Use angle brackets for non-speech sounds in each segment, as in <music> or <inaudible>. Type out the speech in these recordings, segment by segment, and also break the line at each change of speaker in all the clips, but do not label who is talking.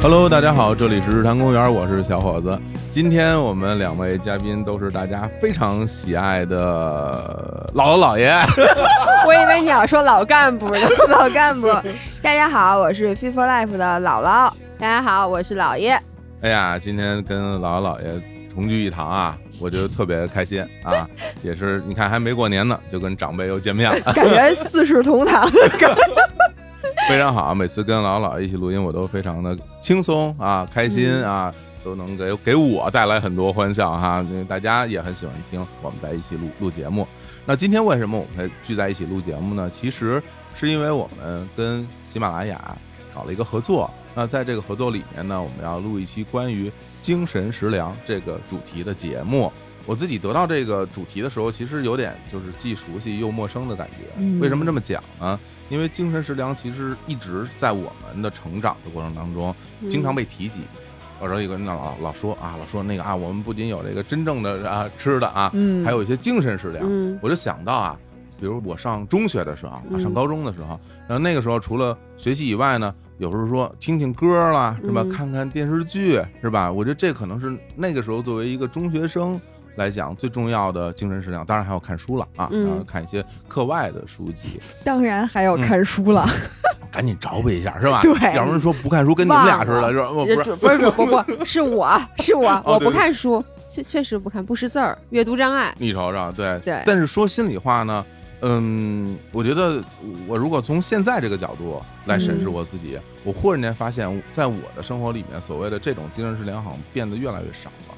Hello，大家好，这里是日坛公园，我是小伙子。今天我们两位嘉宾都是大家非常喜爱的姥姥姥爷，
<laughs> 我以为你要说老干部呢。
老干部，大家好，我是 Fit for Life 的姥姥。
大家好，我是姥爷。
哎呀，今天跟姥姥姥爷同居一堂啊，我就特别开心啊，也是你看还没过年呢，就跟长辈又见面了，
感觉四世同 <laughs> 堂。
非常好啊。每次跟姥姥姥爷一起录音，我都非常的轻松啊，开心啊，都能给给我带来很多欢笑哈。因为大家也很喜欢听我们在一起录录节目。那今天为什么我们会聚在一起录节目呢？其实是因为我们跟喜马拉雅搞了一个合作。那在这个合作里面呢，我们要录一期关于精神食粮这个主题的节目。我自己得到这个主题的时候，其实有点就是既熟悉又陌生的感觉。
嗯
为什么这么讲呢？因为精神食粮其实一直在我们的成长的过程当中，
嗯
经常被提及。有时候有个人老老说啊，老说那个啊，我们不仅有这个真正的啊吃的啊，
嗯
还有一些精神食粮。
嗯
我就想到啊，比如我上中学的时候，啊，
嗯
上高中的时候，然后那个时候除了学习以外呢，有时候说听听歌啦，是吧？
嗯
看看电视剧，是吧？我觉得这可能是那个时候作为一个中学生来讲最重要的精神食粮。当然还有看书了啊，
嗯
然后看一些课外的书籍，
当然还要看书了，
赶紧找补一下，是吧？
对
要不然说不看书跟你们俩似的，
忘
是吧？我
也
不是
不是不不 <laughs> 不，是我是我，
哦
我
对
不
对
看书，确确实不看，不识字儿，阅读障碍。
你瞅瞅，对
对
但是说心里话呢，嗯，我觉得我如果从现在这个角度来审
嗯
视我自己，我忽然间发现，在我的生活里面，所谓的这种精神食粮好像变得越来越少了。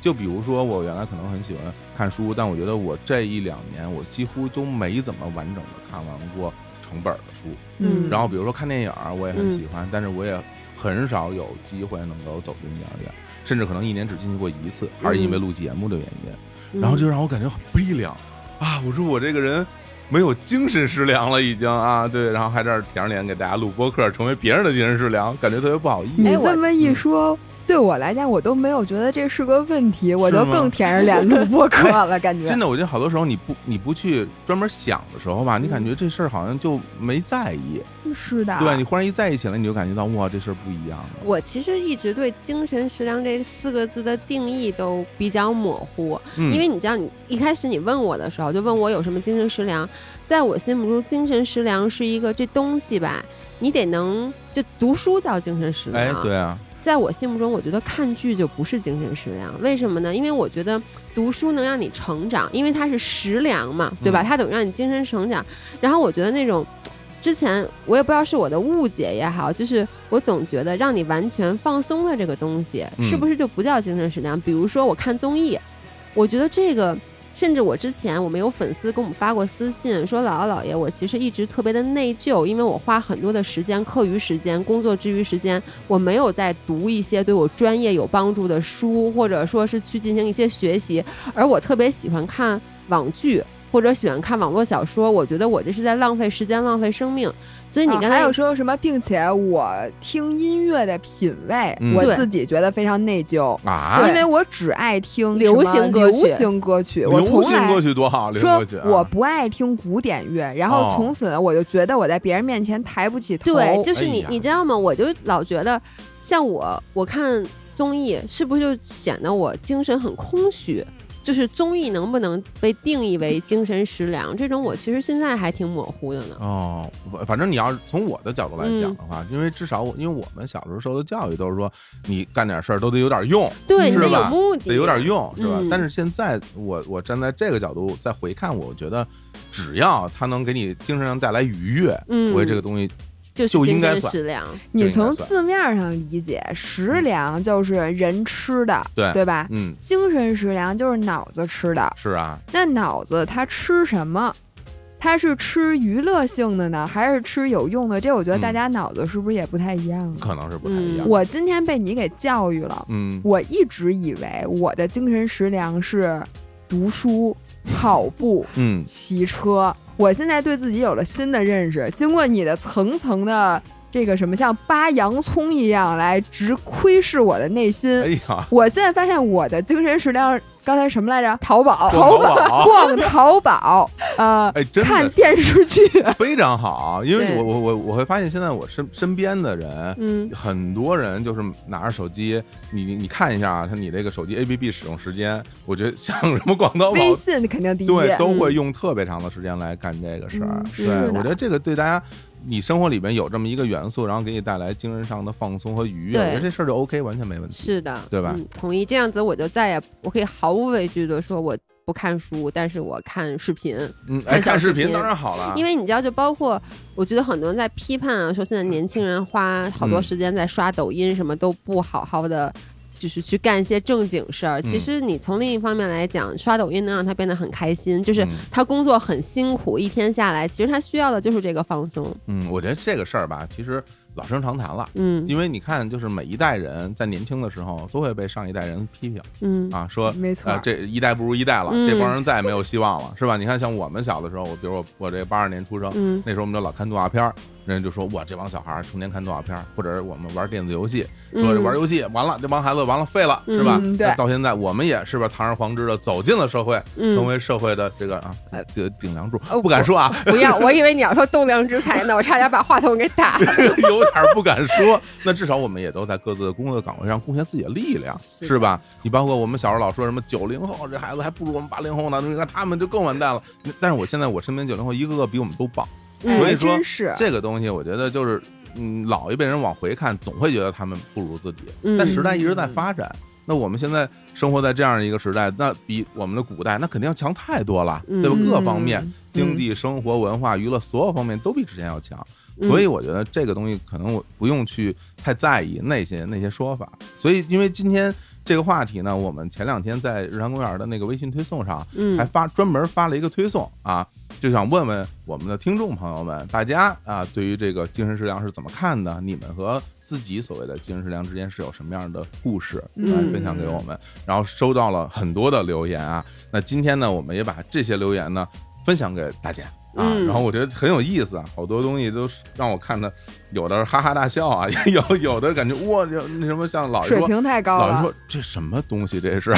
就比如说，我原来可能很喜欢看书，但我觉得我这一两年，我几乎都没怎么完整的看完过成本儿的书。
嗯
然后比如说看电影儿，我也很喜欢，但是我也很少有机会能够走进电影院，甚至可能一年只进去过一次，还是因为
嗯
录节目的原因。然
嗯
后就让我感觉很悲凉啊！我说我这个人没有精神食粮了，已经啊，对，然后还在这儿舔着脸给大家录播客，成为别人的精神食粮，感觉特别不好意
你
思。
哎我
这么一说，对我来讲，我都没有觉得这是个问题，我就更舔着脸录播客了，感觉 <laughs>
真的，我觉得好多时候你不你不去专门想的时候吧，你感觉这事儿好像就没在意，
嗯是啊的。
对吧？你忽然一在意起来，你就感觉到哇，这事儿不一样了。
我其实一直对“精神食粮”这四个字的定义都比较模糊，
嗯，
因为你知道，你一开始你问我的时候，就问我有什么精神食粮，在我心目中，精神食粮是一个这东西吧，你得能就读书叫精神食
哎
粮，，
对啊，
在我心目中，我觉得看剧就不是精神食粮，为什么呢？因为我觉得读书能让你成长，因为它是食粮嘛，对吧？
嗯
它等于让你精神成长。然后我觉得那种，之前我也不知道是我的误解也好，就是我总觉得让你完全放松的这个东西，
嗯
是不是就不叫精神食粮？比如说我看综艺，我觉得这个。甚至我之前我们有粉丝给我们发过私信，说姥姥姥爷，我其实一直特别的内疚，因为我花很多的时间、课余时间、工作之余时间，我没有在读一些对我专业有帮助的书，或者说是去进行一些学习，而我特别喜欢看网剧。或者喜欢看网络小说，我觉得我这是在浪费时间、浪费生命。所以你
啊
刚
还
才、
有说什么，并且我听音乐的品味，
嗯
我
对
自己觉得非常内疚，
啊，
因为我只爱听
流
什么
行歌曲
流行歌曲，我
流
从
行
来
歌曲多好，流行
说
歌曲啊，
我不爱听古典乐，然
哦
后从此我就觉得我在别人面前抬不起头。
对，就是
哎
你
呀，
你知道吗？我就老觉得，像我，我看综艺是不是就显得我精神很空虚？就是综艺能不能被定义为精神食粮？这种我其实现在还挺模糊的呢。
哦，反反正你要是从我的角度来讲的
嗯
话，因为至少我，因为我们小时候受的教育都是说，你干点事儿都得有点用，是
对，你得有
吧
目的，
得有点用，是吧？
嗯
但是现在我我站在这个角度再回看我，觉得只要它能给你精神上带来愉悦，
嗯
我觉得这个东西
就是
就应该
精神
算
食粮。
你
就应
从
该算嗯
字面上理解，食粮就是人吃的，
对
对吧？
嗯
精神食粮就是脑子吃的。
是啊，
那脑子它吃什么？它是吃娱乐性的呢，还是吃有用的？这我觉得
嗯
大家脑子是不是也不太一样啊？
可能是不太一样
嗯。
我今天被你给教育了，
嗯，
我一直以为我的精神食粮是读书、跑步、
嗯，
骑车。我现在对自己有了新的认识，经过你的层层的这个什么像扒洋葱一样来直窥视我的内心，
哎呀，
我现在发现我的精神食粮刚才什么来着？淘宝，
淘宝
宝，逛淘宝，呃，
哎，真
看
的
电视剧，
非常好，啊因为
对
我我我我会发现现在我身身边的人。
嗯，
很多人就是拿着手机，你你你看一下啊，他你这个手机 APP 使用时间，我觉得像什么广告宝
微信肯定第一。
对，都
嗯
会用特别长的时间来干这个事儿
嗯。
对
是的，
我觉得这个对大家，你生活里边有这么一个元素，然后给你带来精神上的放松和愉悦，
对
我觉得这事儿就 OK，完全没问题。
是的，
对吧
嗯，同意。这样子我就再也我可以毫无畏惧的说我不看书，但是我看视频，
嗯，哎，
看小
看视
视
频
频
当然好了，
因为你知道，就包括我觉得很多人在批判啊，说现在年轻人花好多
嗯
时间在刷抖音，什么都不好好的。就是去干一些正经事儿。其
嗯
实你从另一方面来讲，刷抖音能让他变得很开心，就是
嗯
他工作很辛苦，一天下来，其实他需要的就是这个放松。
嗯，我觉得这个事儿吧，其实老生常谈了。
嗯
因为你看，就是每一代人在年轻的时候都会被上一代人批评
嗯
啊，说
没错
呃，这一代不如一代了，
嗯
这帮人再也没有希望了，是吧？你看，像我们小的时候，我比如我我这八二年出生，
嗯，
那时候我们就老看动画片儿，人家就说哇，这帮小孩儿成天看动画片儿，或者是我们玩电子游戏，说这
嗯
玩游戏完了，这帮孩子完了废了，是吧？
嗯对
到现在我们也是吧，堂而皇之的走进了社会，
嗯
成为社会的这个啊这个顶梁柱
哦，
不敢说啊， <laughs>
不要，我以为你要说栋梁之才呢，我差点把话筒给打。
有点儿不敢说。那至少我们也都在各自的工作岗位上贡献自己的力量，
是的
是吧？你包括我们小时候老说什么九零后这孩子还不如我们八零后呢，你看他们就更完蛋了。但是我现在我身边九零后一个个比我们都棒，<laughs>
哎
所以说
真是
这个东西我觉得就是。嗯，老一辈人往回看，总会觉得他们不如自己，
嗯
但时代一直在发展。那我们现在生活在这样一个时代，那比我们的古代那肯定要强太多了，对吧？
嗯
各方面，
嗯
经济、生活、文化、娱乐所有方面都比之前要强。所以我觉得这个东西可能我不用去太在意那些那些说法。所以因为今天这个话题呢，我们前两天在日坛公园的那个微信推送上
嗯
还发专门发了一个推送啊，就想问问我们的听众朋友们，大家啊对于这个精神食粮是怎么看的？你们和自己所谓的精神食粮之间是有什么样的故事来
嗯
分享给我们？然后收到了很多的留言啊，那今天呢，我们也把这些留言呢分享给大家。啊，
嗯
然后我觉得很有意思啊，好多东西都是让我看的，有的是哈哈大笑啊， <laughs> 也有有的感觉哇，这那什么像老师
水
说，
平太高
老师
了，
说这什么东西这是，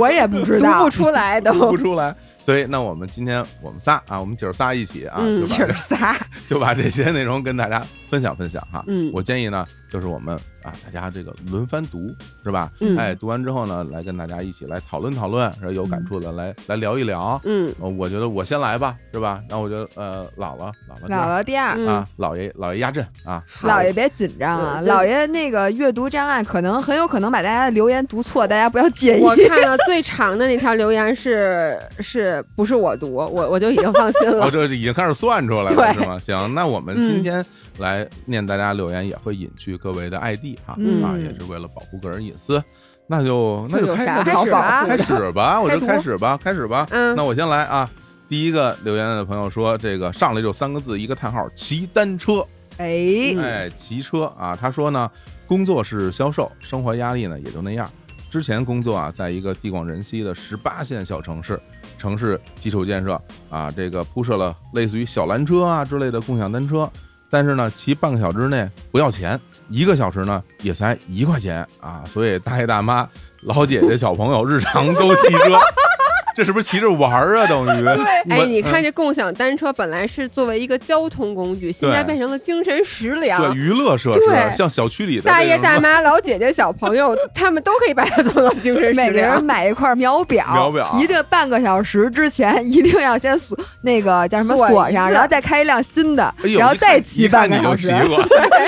我也不知
读
道
不。出
<laughs>
来都。
<laughs>
不出来。所以，那我们今天我们仨啊，我们姐儿仨一起啊，
嗯
就把
姐儿
这
仨，
就把这些内容跟大家分享分享哈。
嗯
我建议呢，就是我们啊，大家这个轮番读是吧？
嗯
哎，读完之后呢，来跟大家一起来讨论讨论，然后有感触的来来聊一聊。
嗯
呃我觉得我先来吧，是吧？那我觉得呃，姥姥姥姥
姥姥第二，
嗯
啊，姥爷姥爷压阵啊，
好
姥爷别紧张啊，
嗯这
姥爷那个阅读障碍，可能很有可能把大家的留言读错，大家不要介意。
我看到最长的那条留言是，是不是我读？我我就已经放心
我
了。
哦这已经开始算出来了
对
是吗？行，那我们今天来念大家留言，也会隐去各位的 ID 哈、
嗯
啊，也是为了保护个人隐私。那就那
这
就
有
开
啥
那就
好保护
开
的
始吧，我就
开
开
读
始吧，开始吧。
嗯
那我先来啊。第一个留言的朋友说，这个上来就三个字，一个叹号，骑单车。
哎，
嗯
哎，骑车啊，他说呢，工作是销售，生活压力呢也就那样。之前工作啊，在一个地广人稀的十八线小城市，城市基础建设啊，这个铺设了类似于小蓝车啊之类的共享单车，但是呢，骑半个小时内不要钱，一个小时呢也才一块钱啊，所以大爷大妈、老姐姐、小朋友日常都骑车， <laughs> 这是不是骑着玩儿啊？等于，
哎，
我
你
嗯
看这共享单车本来是作为一个交通工具，现在
对
变成了精神食
对
粮。
娱乐设
啊对
施，啊像小区里的
大
这
爷
种
大妈、老姐姐、小朋友，
<laughs>
他们都可以把它做到精神
每
食
个人
粮。
买一块秒表，
秒表
一定半个小时之前一定要先锁那个叫什么
锁一
锁上，
次
然后再开一辆新的，
哎呦
然后
一看
再骑
一看
半个
你
小
就
时
骑。过。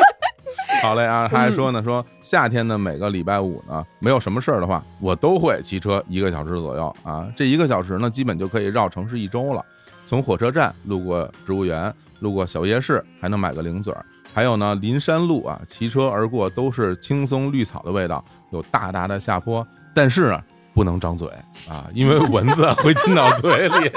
<laughs>
好嘞啊，他还说呢，说夏天的每个礼拜五
嗯
呢，没有什么事儿的话，我都会骑车一个小时左右啊。这一个小时呢，基本就可以绕城市一周了。从火车站路过植物园，路过小夜市，还能买个零嘴儿。还有呢，林山路啊，骑车而过都是青松绿草的味道，有大大的下坡，但是呢，不能张嘴啊，因为蚊子会进到嘴里，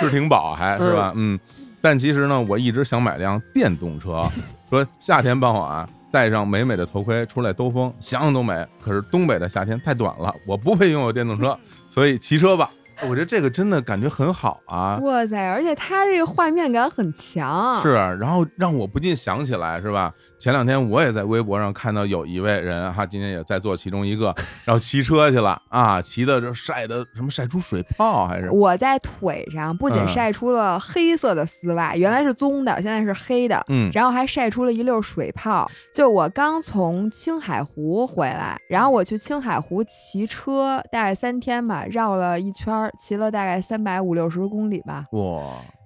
吃挺饱还是吧？嗯，但其实呢，我一直想买辆电动车，说夏天傍晚戴上美美的头盔出来兜风，想想都美。可是东北的夏天太短了，我不配拥有电动车，所以骑车吧。我觉得这个真的感觉很好啊，
哇塞！而且它这个画面感很强，
是，啊然后让我不禁想起来，是吧？前两天我也在微博上看到有一位人哈，今天也在做其中一个，然后骑车去了啊，骑的就晒的什么晒出水泡还是
我在腿上不仅
嗯
晒出了黑色的丝袜，原来是棕的，现在是黑的，
嗯
然后还晒出了一溜水泡。就我刚从青海湖回来，然后我去青海湖骑车，大概三天吧，绕了一圈儿，骑了大概三百五六十公里吧。
哇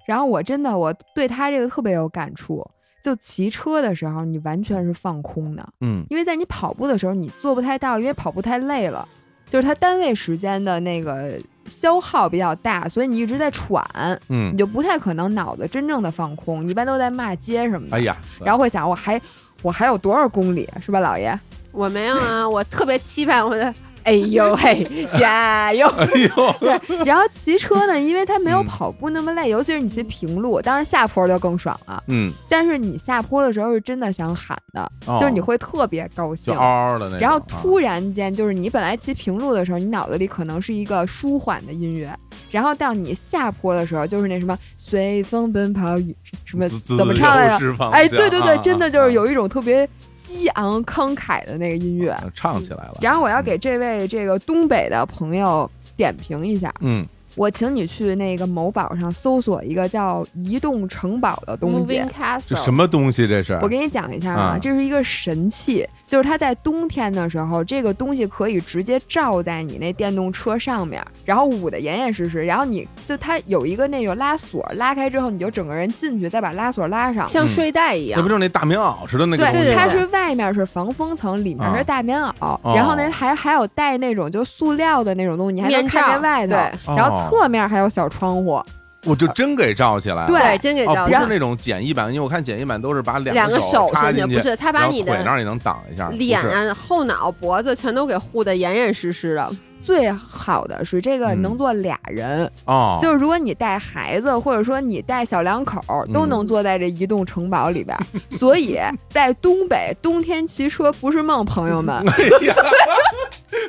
然后我真的我对它这个特别有感触。就骑车的时候，你完全是放空的，
嗯
因为在你跑步的时候你做不太到，因为跑步太累了，就是它单位时间的那个消耗比较大，所以你一直在喘，你
嗯，
就不太可能脑子真正的放空，你一般都在骂街什么的。
哎呀，
<laughs> 然后会想我还我还有多少公里是吧，老爷？
我没有啊，我特别期盼我的，哎呦 <laughs> 嘿，加油！
哎呦，
对，然后骑车呢，因为它没有
嗯
跑步那么累，尤其是你骑平路，当然下坡就更爽了。
嗯，
但是你下坡的时候是真的想喊的，
哦
就是你会特别高
就
兴。
嗷嗷的那种啊，
然后突然间，就是你本来骑平路的时候，你脑子里可能是一个舒缓的音乐，然后到你下坡的时候，就是那什么随风奔跑，雨什么
自自
怎么唱来
由
着？
释放
哎，
下
对对对
啊，
真的
啊
就是
啊
有一种特别激昂慷慨的那个音乐。嗯
啊唱起来了，
然后我要给这位这个东北的朋友点评一下，
嗯
我请你去那个某宝上搜索一个叫“移动城堡”的东西
Moving。
这
Castle，
什么东西这是？
我给你讲一下啊
啊，
这是一个神器，就是它在冬天的时候，这个东西可以直接罩在你那电动车上面，然后捂得严严实实，然后你就它有一个那种拉锁，拉开之后你就整个人进去，再把拉锁拉上。
嗯
<laughs> 像睡袋一
那
样
不，就是那大棉袄似的那个
对，
东西吗？
它是外面是防风层，里面
啊
是大棉袄，然后呢
哦
还还有带那种就是塑料的那种东西，你还能
面罩
看见外头。
对
哦
然后侧面还有小窗户，
我就真给罩起来了。
对
对，真给
哦，
照
不
相
是那种简易版，因为我看简易版都是把
两
个
个手
插
伸
进
进去，不是他把
然后
你
腿那
的
儿也能挡一下，不
脸
是
啊、后脑、脖子全都给护得严严实实的。
最好的是这个
嗯
能坐俩人，
哦， <laughs>
就是如果你带孩子，或者说你带小两口儿，
嗯
都能坐在这移动城堡里边儿。所以在东北冬天骑车不是梦，朋
<laughs>
友们。
哎呀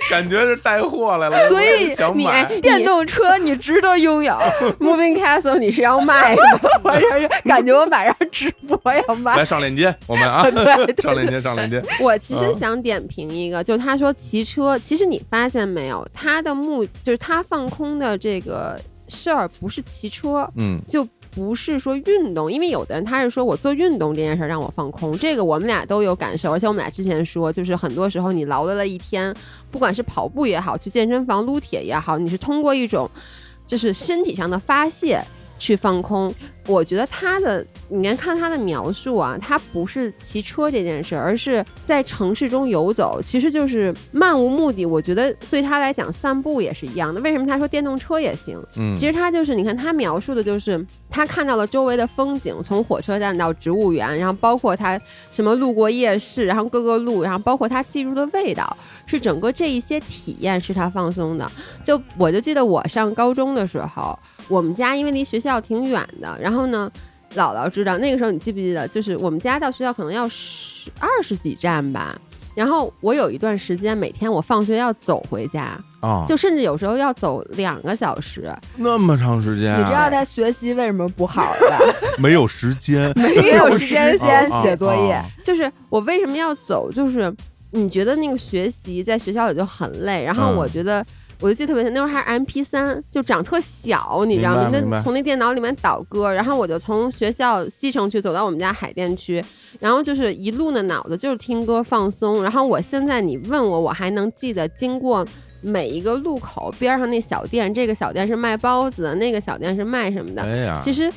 感觉是带货来了，
所以
想
你
买
你
电动车你值得
<laughs>
拥有，
Moving Castle 你是要卖的，
我这是感觉我马上直播要卖
哎
来上链接，我
<laughs>
们啊
对对对
上链接上链接，
<laughs> 我其实
嗯
想点评一个，就是他说骑车，其实你发现没有，他的目就是他放空的这个事儿不是骑车，
嗯
就不是说运动，因为有的人他是说我做运动这件事儿让我放空，这个我们俩都有感受，而且我们俩之前说，就是很多时候你劳累了一天，不管是跑步也好，去健身房撸铁也好，你是通过一种就是身体上的发泄。去放空，我觉得他的，你看看他的描述啊，他不是骑车这件事儿，而是在城市中游走，其实就是漫无目的。我觉得对他来讲，散步也是一样的。为什么他说电动车也行？
嗯，
其实他就是，你看他描述的就是他看到了周围的风景，从火车站到植物园，然后包括他什么路过夜市，然后各个路，然后包括他记住的味道，是整个这一些体验是他放松的。就我就记得我上高中的时候，我们家因为离学校挺远的，然后呢，姥姥知道那个时候你记不记得，就是我们家到学校可能要十二十几站吧。然后我有一段时间，每天我放学要走回家，
啊，
就甚至有时候要走两个小时。
那么长时间啊，
你知道他学习为什么不好
<laughs>
了？
没有时
<laughs>
间
没有时间先写作业
啊，啊
就是我为什么要走，就是你觉得那个学习在学校里就很累，然后
嗯
我觉得。我就记得特别清，那会儿还是 M P 三，就长特小，你知道吗？
明白
那
明白
从那电脑里面导歌，然后我就从学校西城区走到我们家海淀区，然后就是一路的脑子就是听歌放松。然后我现在你问我，我还能记得经过每一个路口边上那小店，这个小店是卖包子的，那个小店是卖什么的，
哎呀，
其实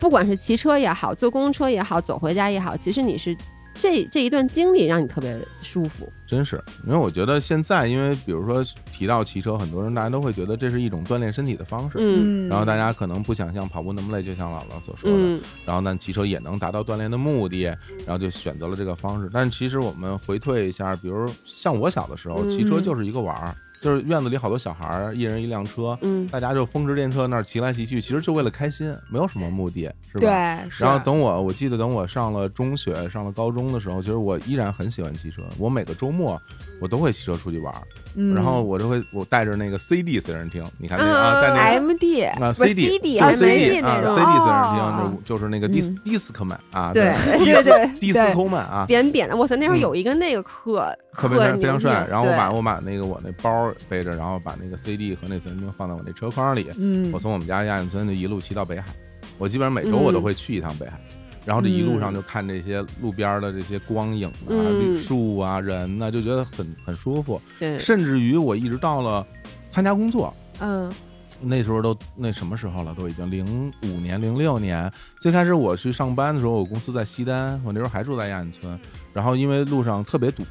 不管是骑车也好，坐公车也好，走回家也好，其实你是这这一段经历让你特别舒服。
真是，因为我觉得现在，因为比如说提到骑车，很多人大家都会觉得这是一种锻炼身体的方式，
嗯
然后大家可能不想像跑步那么累，就像姥姥所说的，
嗯，
然后呢，骑车也能达到锻炼的目的，然后就选择了这个方式。但其实我们回退一下，比如像我小的时候，
嗯
骑车就是一个玩儿，就是院子里好多小孩儿，一人一辆车，
嗯，
大家就风驰电掣那儿骑来骑去，其实就为了开心，没有什么目的，是吧？
对。是
然后等我，我记得等我上了中学、上了高中的时候，其实我依然很喜欢骑车。我每个周末我都会骑车出去玩儿，
嗯
然后我就会我带着那个 CD 随身听，你看那个
啊
啊，带那个
M D
啊
不是
CD
CD
就
啊
是 CD
MD 那
啊
种
CD 随身
哦
听，就是就是那个 dis
嗯
discman 啊，
对
dis-
对对
discman 啊，
扁扁的。我操，那时候
嗯
有一个那个课，
特别非常
牛
非常帅。
逼
然后我
对
把我把那个我那包背着，然后把那个 CD 和那随身听放在我那车筐里，
嗯
我从我们家亚运村就一路骑到北海，我基本上每周我都
嗯
会去一趟北海，然后这一路上
嗯
就看这些路边儿的这些光影啊、
嗯
绿树啊、人呐、就觉得很很舒服。
对，
甚至于我一直到了参加工作，
嗯
那时候都那什么时候了？都已经零五年、零六年。最开始我去上班的时候，我公司在西单，我那时候还住在亚运村。然后因为路上特别堵，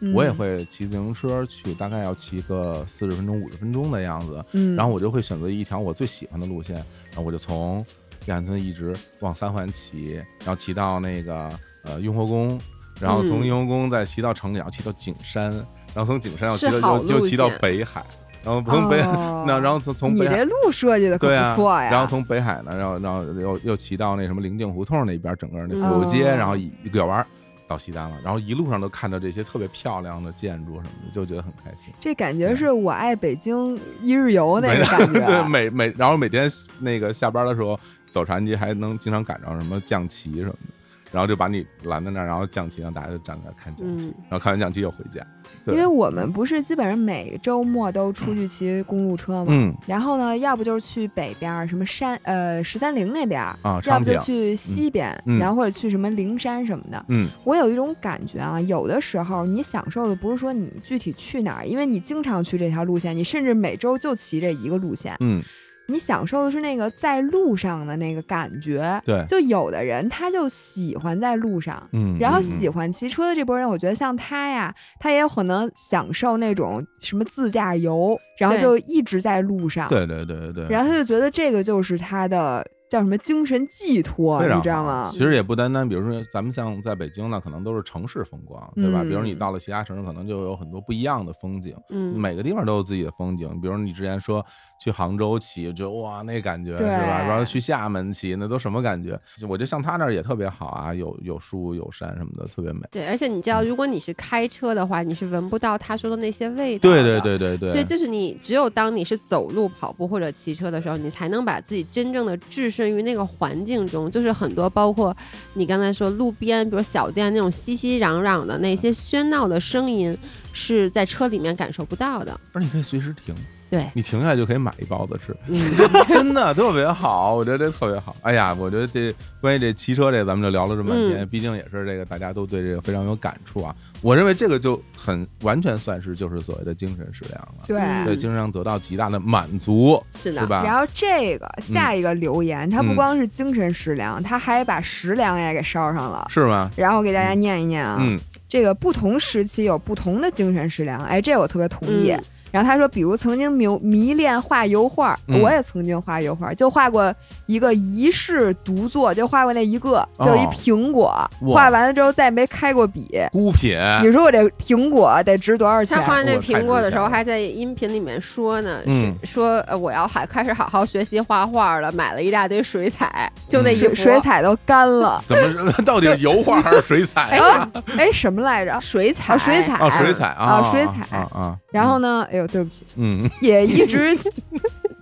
嗯
我也会骑自行车去，大概要骑个四十分钟、五十分钟的样子。
嗯，
然后我就会选择一条我最喜欢的路线，然后我就从亚运村一直往三环骑，然后骑到那个呃雍和宫，然后从
嗯
雍和宫再骑到城里，然后骑到景山，然后从景山要骑
是好
到就就
路
骑到
线
北海，然后从 <laughs> 北海，
哦
那然后从从
你
北海
这路设计的可
对啊，
不错呀，
然后从北海呢，然后然后又又骑到那什么灵境胡同那边，整个那虎游街，
哦
然后一一个拐弯儿到西单了，然后一路上都看到这些特别漂亮的建筑什么的，就觉得很开心。
这感觉是我爱北京一日游那个感觉，
<laughs> 对，每每然后每天那个下班的时候走长安街，还能经常赶上什么降旗什么的，然后就把你拦在那儿，然后降旗，让大家就站在那儿看降旗，
嗯
然后看完降旗又回家。对
因为我们不是基本上每周末都出去骑公路车嘛，
嗯
然后呢，要不就是去北边儿什么山呃十三陵那边儿，
啊，
要
昌
不就
平，
去西边，
嗯
然后或者去什么灵山什么的。
嗯，
我有一种感觉啊，有的时候你享受的不是说你具体去哪儿，因为你经常去这条路线，你甚至每周就骑这一个路线，
嗯，
你享受的是那个在路上的那个感觉。
对，
就有的人他就喜欢在路上，
嗯，
然后
嗯
喜欢骑车的这波人，我觉得像他呀，他也有可能享受那种什么自驾游，然后
对
就一直在路上，
对对对对对，
然后他就觉得这个就是他的叫什么精神寄托，
非常
你知道
好
吗
其？实也不单单，比如说咱们像在北京呢，可能都是城市风光，对吧？比如你
嗯
到了其他城市，可能就有很多不一样的风景。
嗯，
每个地方都有自己的风景，比如你之前说去杭州骑，就哇那感觉是
对
吧？然后去厦门骑，那都什么感觉？我觉得像他那儿也特别好啊，有有树有山什么的，特别美。
对，而且你知
嗯
道，如果你是开车的话，你是闻不到他说的那些味道。
对对。对对对，
所以，就是你只有当你是走路、跑步或者骑车的时候，你才能把自己真正的置身于那个环境中。就是很多，包括你刚才说路边，比如小店那种熙熙攘攘的那些喧闹的声音，是在车里面感受不到的。
而且你可以随时停，
对，
你停下来就可以买一包子吃，
嗯，
<laughs> 真的特别好，我觉得这特别好。哎呀，我觉得这关于这骑车这，咱们就聊了这么半天，
嗯
毕竟也是这个大家都对这个非常有感触啊。我认为这个就很完全算是就是所谓的精神食粮了，
对。
嗯
对精啊神上得到极大的满足，
是的
是。吧？
然后这个下一个留言，他
嗯
不光是精神食粮，他还把食粮也给捎上了。
是吗？
然后我给大家念一念啊，
嗯
这个不同时期有不同的精神食粮，哎，这我特别同意。
嗯
然后他说，比如曾经迷迷恋画油画，
嗯
我也曾经画油画，就画过一个一世独坐，就画过那一个，就是一
哦
苹果，
哇哎
画完了之后再没开过笔。
孤品，
你说我这苹果得值多少钱
他？画那
我太
苹果
值
的时候，
钱了
还在音频里面说呢，
嗯
是说呃我要还开始好好学习画画了，买了一大堆水彩，就那
嗯。
一
水
幅
水彩都干了
怎么到底是 <laughs> 油画还是水彩啊？
<laughs> 哎，什么来着？
水彩
啊，水彩，
哦，水彩啊，
啊，水
啊
彩。
啊。
然后呢？哎呦，对不起，
嗯，
也一直， <laughs>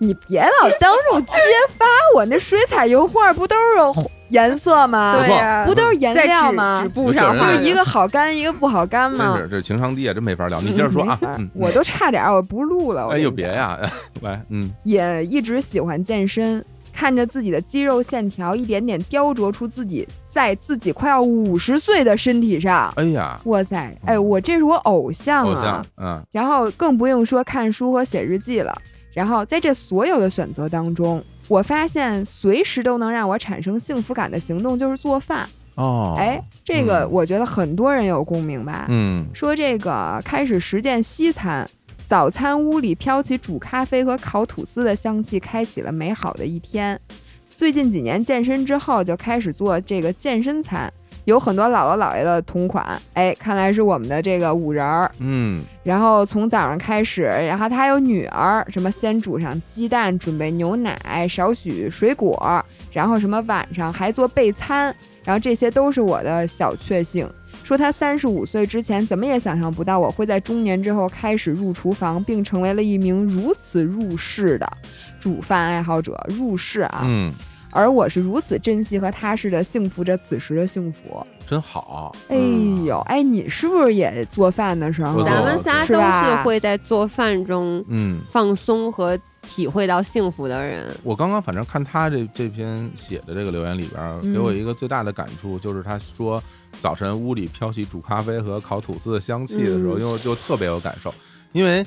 你别
哦
老当众揭发我。那水彩油画不都是颜色吗
不？
对
错
呀、
啊不都是颜
在
料
纸
吗
纸？布上
有
就
画
人
是
的
一个好干，一个不好干
嗯
吗
真？是这情商低啊，真没法聊。你接着说啊
没法，
嗯，
我都差点儿我不录了。我
哎
跟
呦
你
别
讲
呀， <laughs> 来，嗯
也一直喜欢健身，看着自己的肌肉线条一点点雕琢出自己在自己快要五十岁的身体上。
哎呀，
哇塞，哎，我这是我偶像啊！
偶像，嗯
然后更不用说看书和写日记了。然后在这所有的选择当中，我发现随时都能让我产生幸福感的行动就是做饭。
哦，
哎，，这个
嗯
我觉得很多人有共鸣吧。
嗯，
说这个开始实践西餐，早餐屋里飘起煮咖啡和烤吐司的香气，开启了美好的一天。最近几年健身之后，就开始做这个健身餐，有很多姥姥姥爷的同款，哎，看来是我们的这个五仁儿。
嗯，
然后从早上开始，然后他还有女儿，什么先煮上鸡蛋，准备牛奶，少许水果，然后什么晚上还做备餐，然后这些都是我的小确幸。说他三十五岁之前怎么也想象不到我会在中年之后开始入厨房，并成为了一名如此入世的煮饭爱好者。入世啊，
嗯，
而我是如此珍惜和踏实的幸福着此时的幸福。
真好。
哎呦，哎，你是不是也做饭的时候？
嗯我做
咱们仨都
是吧
是会在做饭中
嗯，嗯，
放松和体会到幸福的人。
我刚刚反正看他这这篇写的这个留言里边儿，
嗯
给我一个最大的感触就是他说早晨屋里飘起煮咖啡和烤吐司的香气的时候，
嗯
又就特别有感受，因为。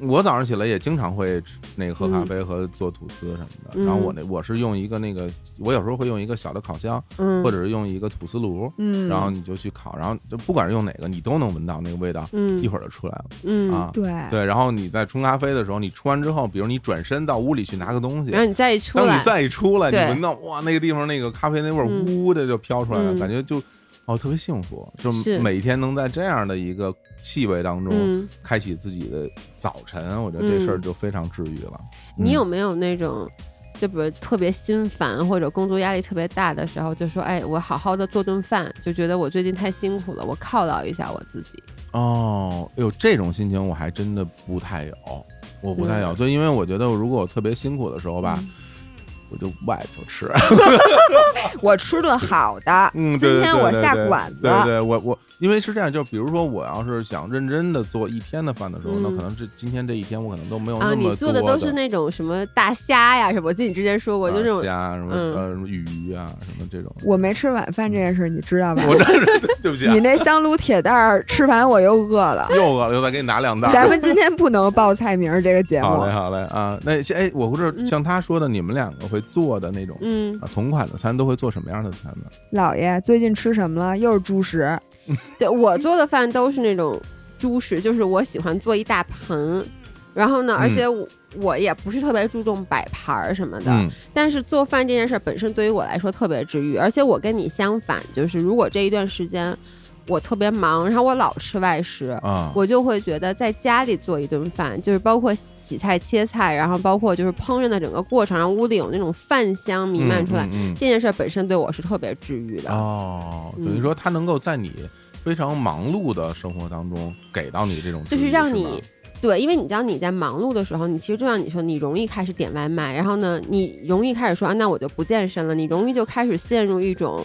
我早上起来也经常会吃那个喝
嗯
咖啡和做吐司什么的，
嗯
然后我那我是用一个那个，我有时候会用一个小的烤箱，
嗯，
或者是用一个吐司炉，
嗯，
然后你就去烤，然后就不管是用哪个，你都能闻到那个味道，
嗯
一会儿就出来了、
嗯，
啊。
对
对，然后你在冲咖啡的时候，你冲完之后，比如你转身到屋里去拿个东西
然，后你再一出
当
来，
你再一出来，你
对
闻到哇，那个地方那个咖啡那味儿
嗯
呜呜的就飘出来了，
嗯
感觉就哦特别幸福，就是每天能在这样的一个气味当中
嗯，
开启自己的早晨，我觉得这事儿
嗯
就非常治愈了。嗯
你有没有那种，就比如特别心烦或者工作压力特别大的时候，就说，哎，我好好的做顿饭，就觉得我最近太辛苦了，我犒劳一下我自己。
哦，哎呦，这种心情我还真的不太有，我不
嗯
太有。对，因为我觉得如果我特别辛苦的时候吧，我就外头吃。 <laughs>
我吃顿好的，
嗯，
今
对对
天
对
我
对
下
对
馆子
对对我我因为是这样，就比如说我要是想认真的做一天的饭的时候，那
嗯
可能这今天这一天我可能都没有
啊，
那么
你做的
多
都是那种什么大虾呀什么？我记得你之前说过，就
啊
这种
虾什么
嗯
呃什么鱼啊什么
<laughs>
这种。
我没吃晚饭这件事儿你知道吧？
我这 <laughs> 是对不起啊，
你，那香炉铁蛋儿吃完我又饿了
<laughs> 又饿了，又再给你拿两袋儿。
咱们今天不能报菜名儿这个节
好
目
嘞，。好嘞啊！那像哎，我不是
嗯
像他说的，你们两个会做的那种
嗯，
啊同款的餐，都会做什么样的餐呢？
姥爷最近吃什么了？又是猪食，
对我做的饭都是那种猪食，就是我喜欢做一大盆，然后呢，
嗯
而且我、我也不是特别注重摆盘儿什么的，
嗯
但是做饭这件事儿本身对于我来说特别治愈，而且我跟你相反，就是如果这一段时间我特别忙，然后我老吃外食。
啊，
我就会觉得在家里做一顿饭，就是包括洗菜、切菜，然后包括就是烹饪的整个过程，让屋里有那种饭香弥漫出来，
嗯嗯嗯
这件事儿本身对我是特别治愈的。
哦，等于
嗯
说他能够在你非常忙碌的生活当中给到你这种刺
就
激，
是让
吧
你对，因为你知道你在忙碌的时候，你其实就像你说，你容易开始点外卖，然后呢，你容易开始说啊，那我就不健身了，你容易就开始陷入一种。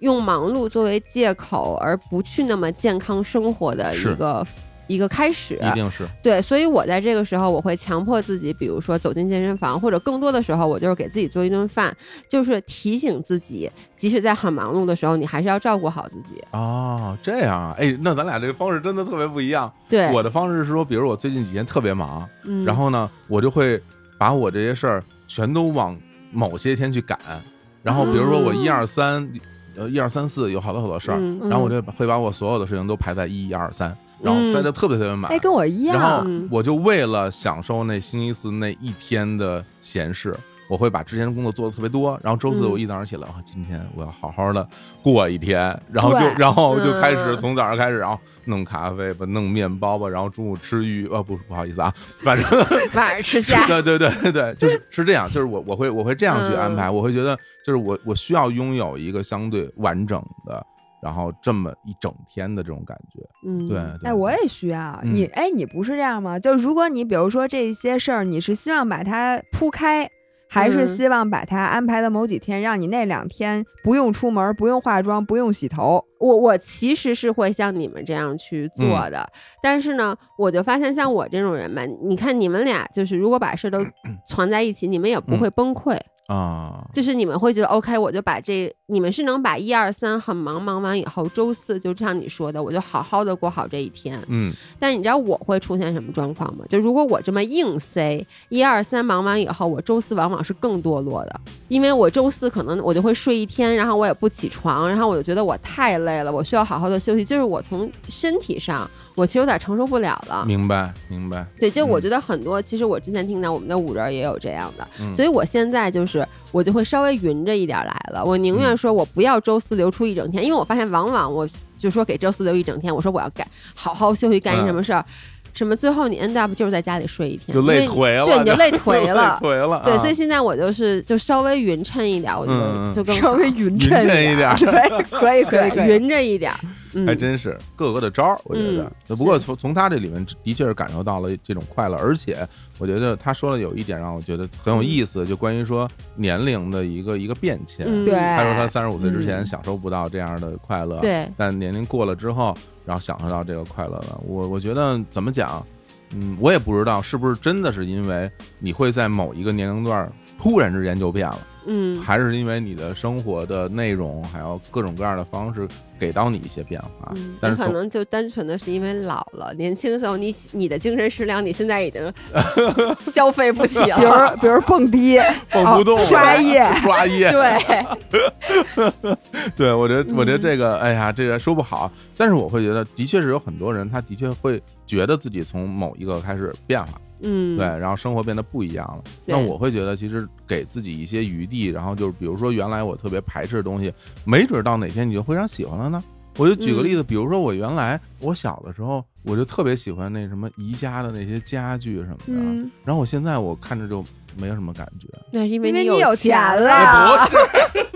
用忙碌作为借口，而不去那么健康生活的一
是
个一个开始，
一定是
对，所以我在这个时候，我会强迫自己，比如说走进健身房，或者更多的时候，我就是给自己做一顿饭，就是提醒自己，即使在很忙碌的时候，你还是要照顾好自己。
哦，这样啊，哎，那咱俩这个方式真的特别不一样。
对，
我的方式是说，比如我最近几天特别忙，
嗯，
然后呢，我就会把我这些事儿全都往某些天去赶，然后比如说我一二三，呃一二三四有好多好多事儿，
哦嗯
啊然后我就会把我所有的事情都排在一一二三，然后塞得特别特别满。
嗯哎，跟我一
然后
样，
嗯
我就为了享受那星期四那一天的闲适，我会把之前的工作做的特别多，然后周四
嗯
我一早上起来，哇，今天我要好好的过一天，然后就
对
然后就开始
嗯
从早上开始，然后弄咖啡吧，弄面包吧，然后中午吃鱼，哦不不好意思啊，反正
晚上 <laughs> 吃虾，
对对对对对，就是
<laughs>
是这样，就是我我会我会这样去安
嗯
排，我会觉得就是我我需要拥有一个相对完整的，然后这么一整天的这种感觉，
嗯，
对，对
哎，我也需要
嗯
你，哎，你不是这样吗？就如果你比如说这些事儿，你是希望把它铺开。还是
嗯
希望把它安排的某几天，让你那两天不用出门，不用化妆，不用洗头。
我我其实是会像你们这样去做的，但是呢，我就发现像我这种人吧，你看你们俩就是如果把事儿都攒在一起，你们也不会崩溃，
啊，
就是你们会觉得 OK，我就把这，你们是能把一二三很忙忙完以后，周四就像你说的，我就好好的过好这一天。
嗯。
但你知道我会出现什么状况吗？就如果我这么硬塞，一二三忙完以后，我周四往往是更堕落的，因为我周四可能我就会睡一天，然后我也不起床，然后我就觉得我太累了，我需要好好的休息。就是我从身体上，我其实有点承受不了了。
明白，明白。
对，就我
嗯
觉得很多，其实我之前听到我们的五人也有这样的，
嗯
所以我现在就是就是我就会稍微匀着一点来了。我宁
嗯
愿说我不要周四留出一整天，因为我发现往往我就说给周四留一整天，我说我要干好好休息，干一什么事儿，什么最后你 end up 就是在家里睡一天，
嗯就累
因为
颓了，
对，你就
<laughs>
累颓
了，
了。
颓了啊，
对，所以现在我就是就稍微匀称一点，我觉
嗯嗯
得就更好
稍微匀
匀
称
称一点儿
对，可 <laughs> 以可以可
对
以。
匀着一点儿。嗯
还，真是各个的招儿，我觉得
嗯。
就不过
是
从从他这里面的确是感受到了这种快乐，而且我觉得他说的有一点让我觉得
嗯
很有意思，就关于说年龄的一个一个变迁。
嗯
对，
他说他三十五岁之前
嗯
享受不到这样的快乐，
对，
但年龄过了之后，然后享受到这个快乐了。我我觉得怎么讲，嗯，我也不知道是不是真的是因为你会在某一个年龄段儿突然之间就变了。
嗯，
还是因为你的生活的内容，还有各种各样的方式给到你一些变化。
嗯，
啊但
你
是
可
总
能就单纯的是因为老了，年轻时候你你的精神食粮，你现在已经消费不起
<laughs> 比如
了。
比如蹦 <laughs> 迪，
蹦不动了、
哦刷
<laughs>
夜
刷夜。
对，
对我觉得，我觉得
嗯
这个，哎呀，这个说不好。但是我会觉得，的确是有很多人，他的确会觉得自己从某一个开始变化，
嗯，
对，然后生活变得不一样了。那
对
我会觉得，其实给自己一些余地，然后就是比如说原来我特别排斥的东西，没准到哪天你就非常喜欢了呢。我就举个
嗯
例子，比如说我原来我小的时候，我就特别喜欢那什么宜家的那些家具什么的，
嗯，
然后我现在我看着就没有什么感觉。
那是因为
因为
你
你有
钱
钱了。
哎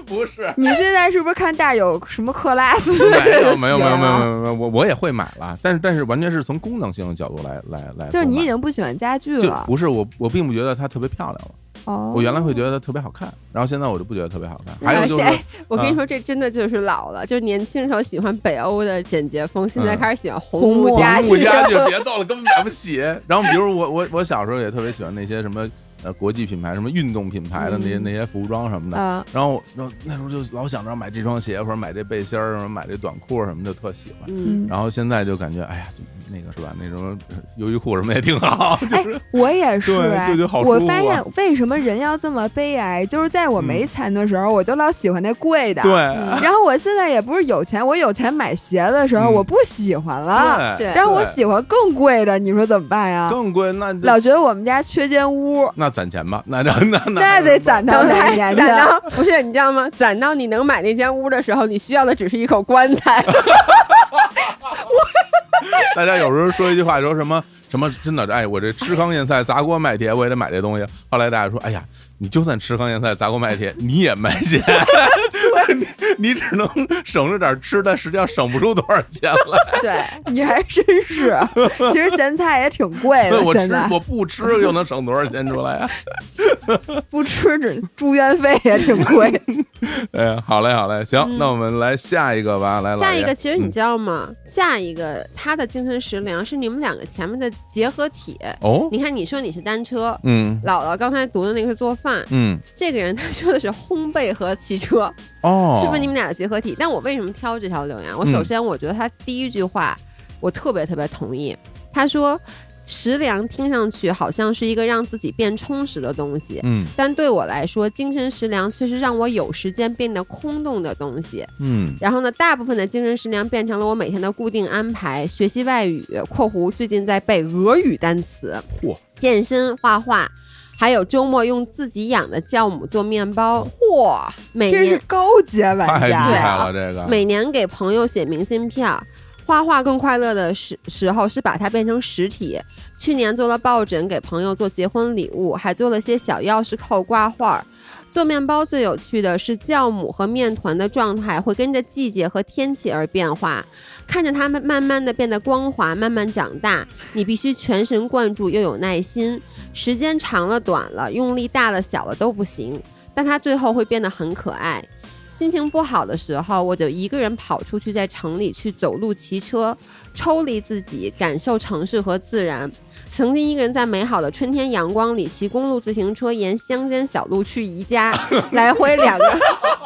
不是，不是
你现在是不是看大有什么克拉斯？
没有没有没
啊
有没有没有没有，我我也会买了，但是但是完全是从功能性的角度来来来购买，
就是你已经不喜欢家具
就
了。
不是我我并不觉得它特别漂亮了，
哦，
我原来会觉得它特别好看，然后现在我就不觉得特别好看。
而
还有就是
且，哎我跟
啊
你说，这真的就是老了，就是年轻时候喜欢北欧的简洁风，现在
嗯
开始喜欢
红
红
木
木家
家
物 <laughs>
具。
家就别逗了，根本买不起。 <laughs> 然后比如我我我小时候也特别喜欢那些什么呃国际品牌、什么运动品牌的那些
嗯
那些服装什么的。
嗯，
然后然后那时候就老想着买这双鞋或者买这背心儿，或者买这短裤什么的，特喜欢。
嗯，
然后现在就感觉哎呀，就那个是吧？那什么优衣库什么也挺好，就是
我也是
对
哎，
就觉得好
我
舒服
发
啊
现为什么人要这么悲哀，就是在我没
嗯
钱的时候，我就老喜欢那贵的。。
对
嗯
然后我现在也不是有钱，我有钱买鞋的时候，
嗯
我不喜欢了。
对
对
然后我
对
喜欢更贵的，你说怎么办呀？
更贵，那就
老觉得我们家缺间屋，
那攒钱吧，那那那
那得攒到
等
哪
他
一年去？啊
攒到不是你知道吗？攒到你能买那间屋的时候，你需要的只是一口棺材。
<laughs> 大家有时候说一句话，说什么什么，真的，哎，我这吃糠咽菜砸锅卖铁，我也得买这东西。后来大家说，哎呀，你就算吃糠咽菜砸锅卖铁，你也没钱， <laughs> 你你只能省着点吃，但实际上省不出多少钱来。
对，
你还真是。其实咸菜也挺贵的，
我
现
吃
在
我不吃又能省多少钱出来啊
<laughs>
呀、
不吃只住院费也挺贵。
哎，好嘞，好嘞，行，
嗯
那我们来下一个吧，来
下一个，其实你
嗯
知道吗？下一个他的精神食粮是你们两个前面的结合体。
哦，
你看，你说你是单车，
嗯
姥姥刚才读的那个是做饭，
嗯
这个人他说的是烘焙和骑车，
哦，嗯
是不是你们俩的结合体？但我为什么挑这条留言？我首先我觉得他第一句话，我特别特别同意。他说，食粮听上去好像是一个让自己变充实的东西，
嗯
但对我来说，精神食粮却是让我有时间变得空洞的东西。
嗯
然后呢，大部分的精神食粮变成了我每天的固定安排：学习外语（括弧最近在背俄语单词）、
嚯
健身、画画，还有周末用自己养的酵母做面包。
嚯，
每
真是
年
高阶玩
太厉
对啊
害
家，
了，这个
每年给朋友写明信片儿。画画更快乐的时时候是把它变成实体。去年做了抱枕给朋友做结婚礼物，还做了些小钥匙扣挂画儿。做面包最有趣的是酵母和面团的状态会跟着季节和天气而变化，看着它们慢慢的变得光滑，慢慢长大，你必须全神贯注又有耐心。时间长了短了，用力大了小了都不行，但它最后会变得很可爱。心情不好的时候，我就一个人跑出去，在城里去走路、骑车，抽离自己，感受城市和自然。曾经一个人在美好的春天阳光里骑公路自行车，沿乡间小路去宜家，来回两个。 <laughs>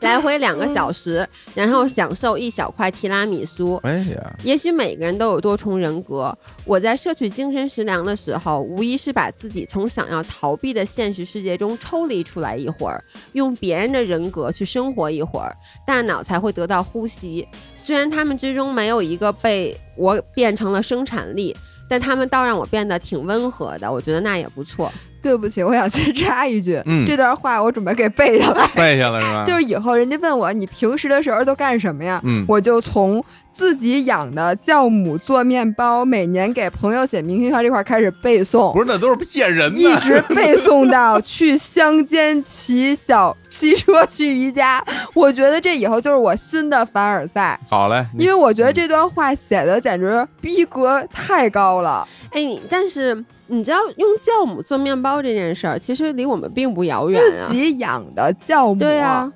来回两个小时，然后享受一小块提拉米苏。
哎呀，
也许每个人都有多重人格。我在摄取精神食粮的时候，无疑是把自己从想要逃避的现实世界中抽离出来一会儿，用别人的人格去生活一会儿，大脑才会得到呼吸。虽然他们之中没有一个被我变成了生产力。但他们倒让我变得挺温和的，我觉得那也不错。
对不起，我想先插一句，
嗯
这段话我准备给背下来。
背下来是吧？
就是以后人家问我你平时的时候都干什么呀？
嗯
我就从自己养的酵母做面包，每年给朋友写明信片这块儿开始背诵
不。是，那都是骗人
一
的。
直背诵到去乡间骑小骑车去宜家，我觉得这以后就是我新的凡尔赛，
好嘞，
嗯
你
因为我觉得这段话写的简直逼格太高了。
哎，你但是你知道用酵母做面包这件事儿，其实离我们并不遥远
自
啊。
己养的酵母，
对啊，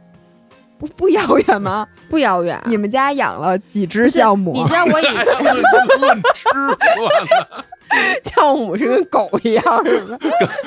不不遥远
<laughs>
吗？
不遥远。
你们家养了几
不
只
是
酵母？啊
你知道
<laughs>
我以
论论吃算了。
酵母是跟狗一样是吧？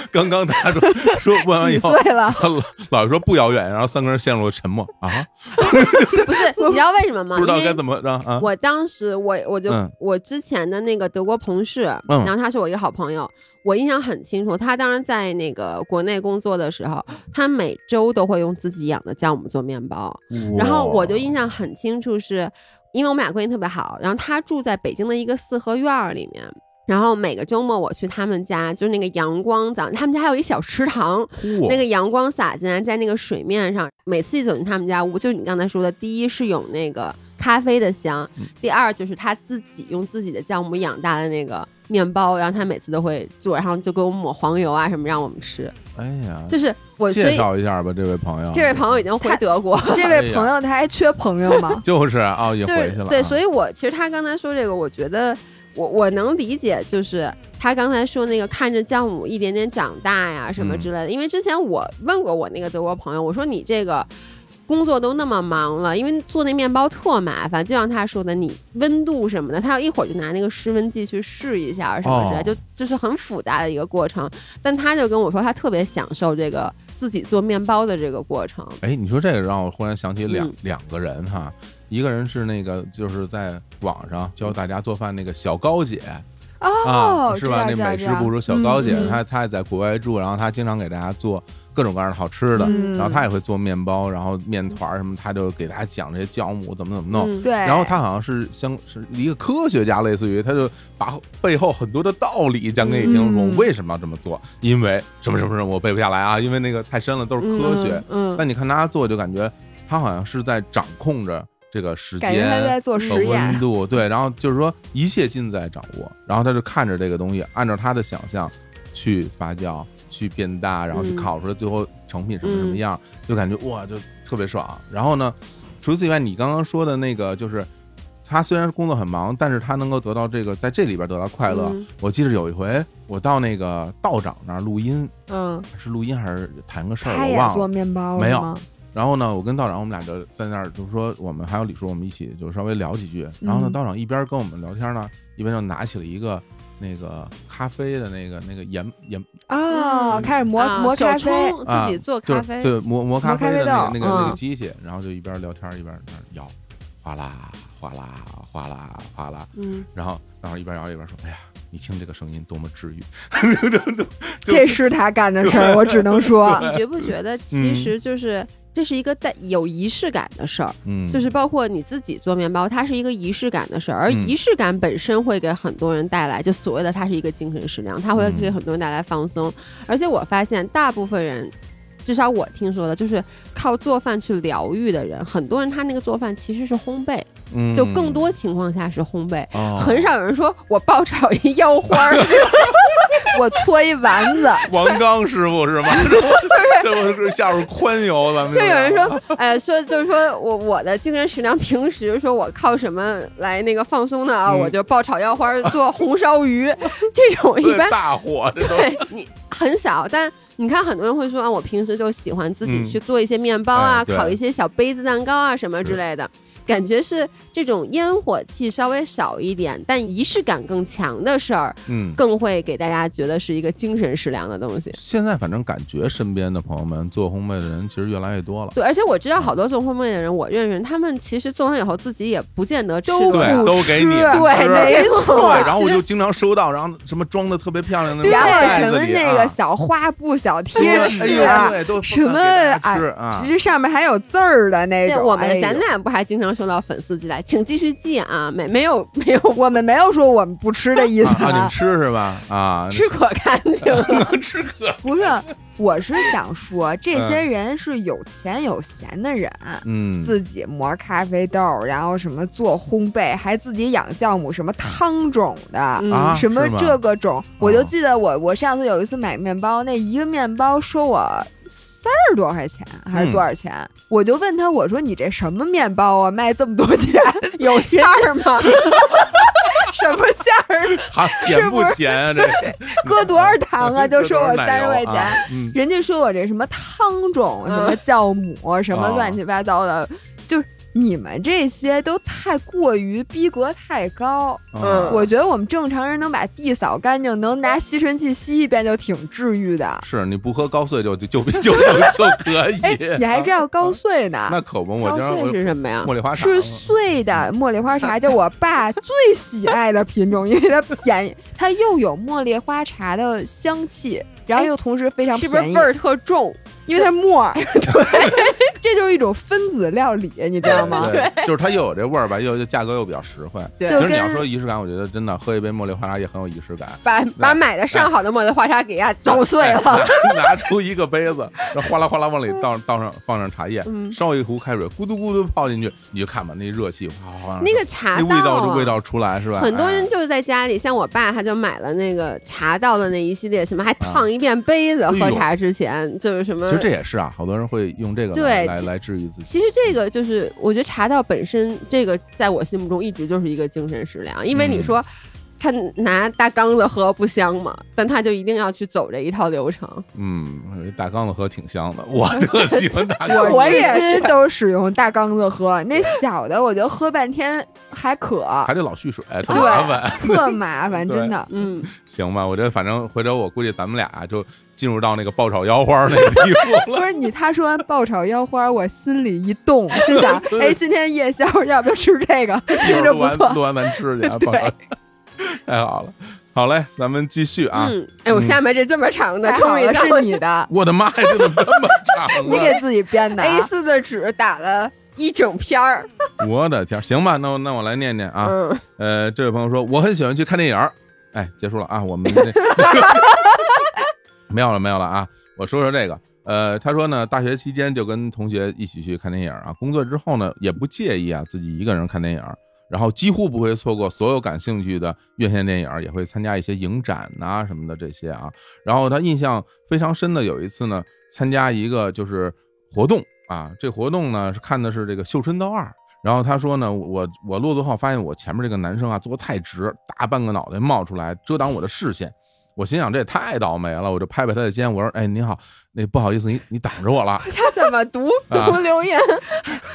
刚刚他说说问完以
几
后，<laughs>
岁了？
老老爷说不遥远，然后三个人陷入了沉默啊，
<laughs> 不是，你知道为什么吗？
不知
因
道
为
该怎么让啊。
我当时我我就、
嗯
我之前的那个德国同事，
嗯
然后他是我一个好朋友，我印象很清楚。他当时在那个国内工作的时候，他每周都会用自己养的酵母做面包，然后我就印象很清楚是，因为我们俩关系特别好，然后他住在北京的一个四合院儿里面。然后每个周末我去他们家，就是那个阳光，早上他们家还有一小池塘，那
那
个阳光洒进来，在那个水面上，每次一走进他们家屋，就是你刚才说的，第一是有那个咖啡的香，
嗯
第二就是他自己用自己的酵母养大的那个面包，然后他每次都会做，然后就给我们抹黄油啊什么让我们吃。
哎呀，
就是我，所
介
以
绍一下吧，这位朋友，
这位朋友已经回德国，
这位朋友他还缺朋友
<laughs>
吗？
就是啊，哦也
就
回
是
去了啊，
对，所以我其实他刚才说这个，我觉得我我能理解，就是他刚才说那个看着酵母一点点长大呀什么
嗯
之类的，因为之前我问过我那个德国朋友，我说你这个。工作都那么忙了，因为做那面包特麻烦，就像他说的，你温度什么的，他要一会儿就拿那个湿温计去试一下，什么之类
哦
的，就就是很复杂的一个过程。但他就跟我说，他特别享受这个自己做面包的这个过程。
哎，你说这个让我忽然想起两、
嗯
两个人哈，一个人是那个就是在网上教大家做饭那个小高姐、
哦
啊，，是
知
吧？
道
那美食博，主小
嗯
高姐，
嗯
她她也在国外住，然后她经常给大家做各种各样的好吃的，
嗯
然后她也会做面包，然后面团儿什么，她就给大家讲这些酵母怎么怎么弄。
嗯
知道知道对。
然后她好像是相是一个科学家，类似于她就把背后很多的道理讲给你听，说
嗯
为什么要这么做，因为什么什么什么，我背不下来啊，因为那个太深了，都是科学。
嗯，嗯，
但你看他做，就感觉他好像是在掌控着这个时
感觉他
间
在做
和
实
温
验。
度，对，然后就是说一切尽在掌握，然后他就看着这个东西，按照他的想象去发酵、去变大，然后去
嗯
烤出来最后成品什么
嗯
什么样，就感觉哇，就特别爽。然后呢，除此以外，你刚刚说的那个就是。他虽然工作很忙，但是他能够得到这个，在这里边得到快乐。
嗯
我记得有一回，我到那个道长那儿录音，
嗯，
是录音还是谈个事儿，
他
我
也
忘了
做。面包了
没有
吗？
然后呢，我跟道长我们俩就在那儿，就是说我们还有李叔，我们一起就稍微聊几句。然后呢，
嗯
道长一边跟我们聊天呢，一边就拿起了一个那个咖啡的那个那个研研，
哦，
嗯
开始磨
啊
磨
手
咖啡，
冲
啊
自己做
就是
咖啡，
对磨磨咖啡的那个
磨咖
那个
啡豆
那个
嗯
机器，然后就一边聊天一边在那儿摇，哗啦哗啦哗啦哗啦，
嗯，
然后道长一边摇一边说：“哎呀，你听这个声音多么治愈。就
这是他干的事儿，我只能说，
你觉不觉得
嗯
其实就是这是一个带有仪式感的事儿，”
嗯，
就是包括你自己做面包，它是一个仪式感的事儿，而
嗯
仪式感本身会给很多人带来，就所谓的它是一个精神食粮，它会
嗯
给很多人带来放松。而且我发现大部分人。至少我听说的，就是靠做饭去疗愈的人，很多人他那个做饭其实是烘焙，
嗯
就更多情况下是烘焙，
哦
很少有人说我爆炒一 <laughs> 腰花
<laughs>
儿，
我搓一丸子，
王刚师傅是吗？这我这我下入宽油，咱们
<laughs> 就有人说，哎，说就是说我我的精神食粮，平时说我靠什么来那个放松呢啊？
嗯
我就爆炒腰花儿做红烧鱼， <laughs> 这种一般
大火，这都
对你很少。但你看，很多人会说啊，我平时就喜欢自己
嗯
去做一些面包啊，
哎对
烤一些小杯子蛋糕啊什么之
是
类的。感觉是这种烟火气稍微少一点，但仪式感更强的事儿，
嗯。
更会给大家觉得是一个精神食粮的东西。
现在反正感觉身边的朋友们做烘焙的人其实越来越多了，
对，而且我知道好多做烘焙的人，我认识人，他们其实做完以后自己也不见得吃
都
多
对
少
不
都
吃
给你
对，
是
没
对，
错。
然后我就经常收到，然后什么装的特别漂亮的
然后
袋
什
子
么
里
那个
啊
小花布、小
对
贴
哎
纸
呦，对都
啊什么
给大家吃
只
啊，
是上面还有字儿的那
对，
种。
我
哎
们
呦
咱俩不还经常收到粉丝寄来，请继续寄啊，没没有没有，
我们没有说我们不吃的意思
啊，啊你们
啊。
吃是吧？啊，啊，
吃可干
<laughs>
净了。
吃可，
不是，我是想说，这些
嗯
人是有钱有闲的人，
嗯，
自己磨咖啡豆，然后什么做烘焙，还自己养酵母，什么汤种的，
嗯
啊，
什么
是吗 <laughs>
这个种。我就
哦
记得我我上次有一次买面包，那一个面包收我三十多块钱还是多少钱，
嗯
我就问他我说你这什么面包啊，卖这么多
<laughs>
钱，有馅儿吗？什么馅儿？
它甜不甜啊？这
搁多少
<laughs>
糖啊？就收我
这都是
三
奶
十
油
块钱。
啊嗯，
人家说我这什么汤种、什
嗯
么酵母、什么乱七八糟
啊
的，就是你们这些都太过于逼格太高。
啊
嗯我觉得我们正常人能把地扫干净，能拿吸尘器吸一遍就挺治愈的。
是你不喝高碎就就就就就就可以
<laughs>
哎，你还知道高
啊
碎呢？
那可不，我
高
经常
碎
我
是什么呀？
茉莉花茶
是碎的茉莉花茶，就我爸最喜爱的品种，因为它便宜，它又有茉莉花茶的香气，然后又同时非常
是
便宜，
不是味儿特重？
因为它是沫
<laughs>
儿，对， <laughs> 这就是一种分子料理，你知道吗？
对，就是它又有这味儿吧，又又价格又比较实惠。
对
其
就
实你要
跟
说仪式感，我觉得真的喝一杯茉莉花茶也很有仪式感。
把把
那
买的上好的茉莉花茶给它
走
捣碎了。
拿拿出一个杯子，然后哗啦哗啦往里倒倒上放上茶叶，
嗯
烧一壶开水，咕嘟咕嘟泡进去，你就看吧，那热气哗哗哗，
那个茶
啊那味道
啊
就味道出来是吧？
很多人
哎
就是在家里，像我爸，他就买了那个茶道的那一系列，什么还烫一遍杯子，
哎呦
喝茶之前就是什么
其实。这也是啊，好多人会用这个来
对
来
这
来治愈自己。
其实这个就是，我觉得茶道本身这个在我心目中一直就是一个精神食粮，因为你
嗯
说他拿大缸子喝不香嘛，但他就一定要去走这一套流程。
嗯，我觉得大缸子喝挺香的，我特喜欢大缸子。
我
我
至
也是
今都使用大缸子喝，那小的我就喝半天还
<laughs>
渴，
还得老蓄水，特
对
麻烦。
特麻烦，
对
真的。
嗯，
行吧，我觉得反正回头我估计咱们俩就进入到那个爆炒腰花那个地步
<laughs> 不
了。，
是你，他说完爆炒腰花，我心里一动，就
<laughs>
想
对
哎，今天夜宵要不要吃这个？
一
听
会
着
儿
不错。
录完录完咱吃去啊，爆炒。太好了，好嘞，咱们继续啊。
嗯，哎，我
嗯
下面这这么长的，
还
终
好
于
了
到
是你的，
我的妈呀，这怎么这么长啊？
<laughs> 你给自己编的啊。
A 四的纸打了一整篇儿。
我的天儿，行吧，那我那我来念念啊。
嗯，
<laughs>
呃，这位朋友说我很喜欢去看电影儿。哎，结束了啊，我们这 <laughs> 没有了没有了啊。我说说这个，呃，他说呢，大学期间就跟同学一起去看电影儿啊，工作之后呢也不介意啊自己一个人看电影儿，然后几乎不会错过所有感兴趣的院线电影儿，也会参加一些影展呐、什么的这些啊。然后他印象非常深的有一次呢，参加一个就是活动啊，这活动呢是看的是这个《绣春刀二》。然后他说呢，我我落座后发现我前面这个男生啊坐太直，大半个脑袋冒出来遮挡我的视线。我心想这也太倒霉了，我就拍拍他的肩，我说：“哎，你好，那不好意思，你你挡着我
<laughs>
了。
他怎么读
啊
读留言？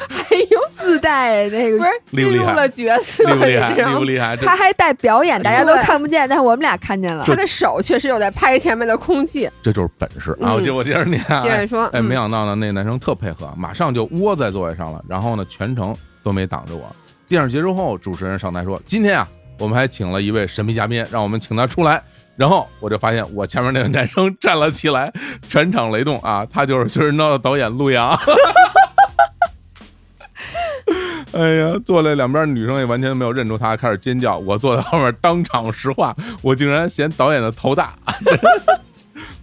还有
自带那
不
个，
是
厉不
进
厉
入
害
了角”色，
厉不厉害？
你知道
厉
吗
不厉害？这
他还带表演，大家都
对
看不见，但我们俩看见了
他。的手确实有在拍前面的空气。
这就是本事啊！我接我接着念啊，
嗯接着说，
哎，
嗯
没想到呢，那男生特配合，马上就窝在座位上了，然后呢，全程都没挡着我。电影结束后，主持人上台说：“今天啊，我们还请了一位神秘嘉宾，让我们请他出来。”然后我就发现我前面那个男生 <laughs> 站了起来，全场雷动啊！他就是《寻人刀》的导演陆阳。 <laughs> 哎呀，坐在两边女生也完全没有认出他，开始尖叫。我坐在后面当场石化，我竟然嫌导演的头大， <laughs>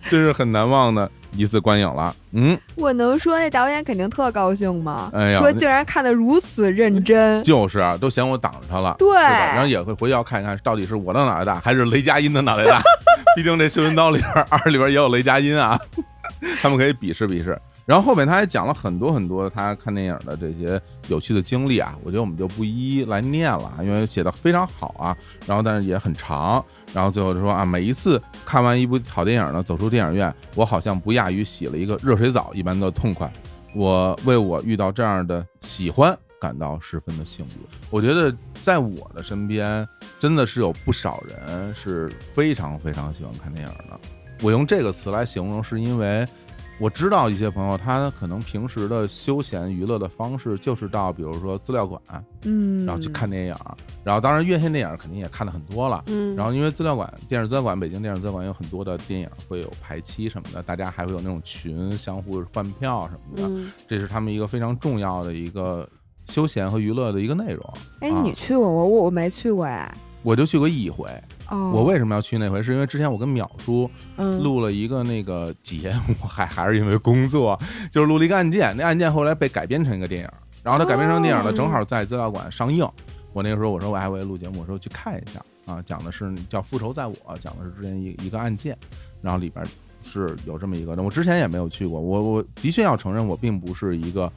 真是很难忘的一次观影了。嗯，
我能说那导演肯定特高兴吗？
哎呀
说
那
竟然看得如此认真，
就是啊，都嫌我挡着他了，
对
是吧然后也会回去要看一看，到底是我的脑袋大还是雷佳音的脑袋大。毕竟这《绣春刀》里边 <laughs> 二里边也有雷佳音啊， <laughs> 他们可以比试比试。然后后面他还讲了很多很多他看电影的这些有趣的经历啊，我觉得我们就不一一来念了啊，因为写的非常好啊，然后但是也很长，然后最后就说啊，每一次看完一部好电影呢，走出电影院，我好像不亚于洗了一个热水澡一般的痛快，我为我遇到这样的喜欢感到十分的幸福。我觉得在我的身边，真的是有不少人是非常非常喜欢看电影的。我用这个词来形容，是因为我知道一些朋友，他可能平时的休闲娱乐的方式就是到比如说资料馆，
嗯，
然后去看电影，然后当然院线电影肯定也看的很多了。
嗯，
然后因为资料馆、电视资料馆、北京电视资料馆有很多的电影会有排期什么的，大家还会有那种群相互换票什么的，
嗯，
这是他们一个非常重要的一个休闲和娱乐的一个内容。
哎，
啊
你去过吗？我我没去过哎，
我就去过一回。
哦，
我为什么要去那回？是因为之前我跟淼叔
嗯，
录了一个那个节目，还还是因为工作， <laughs> 就是录了一个案件。那案件后来被改编成一个电影，然后它改编成电影了，
哦
正好在资料馆上映。我那个时候我说我还会录节目，我说去看一下啊，讲的是叫《复仇在我》，讲的是之前一一个案件，然后里边是有这么一个，我之前也没有去过。我我的确要承认，我并不是一个。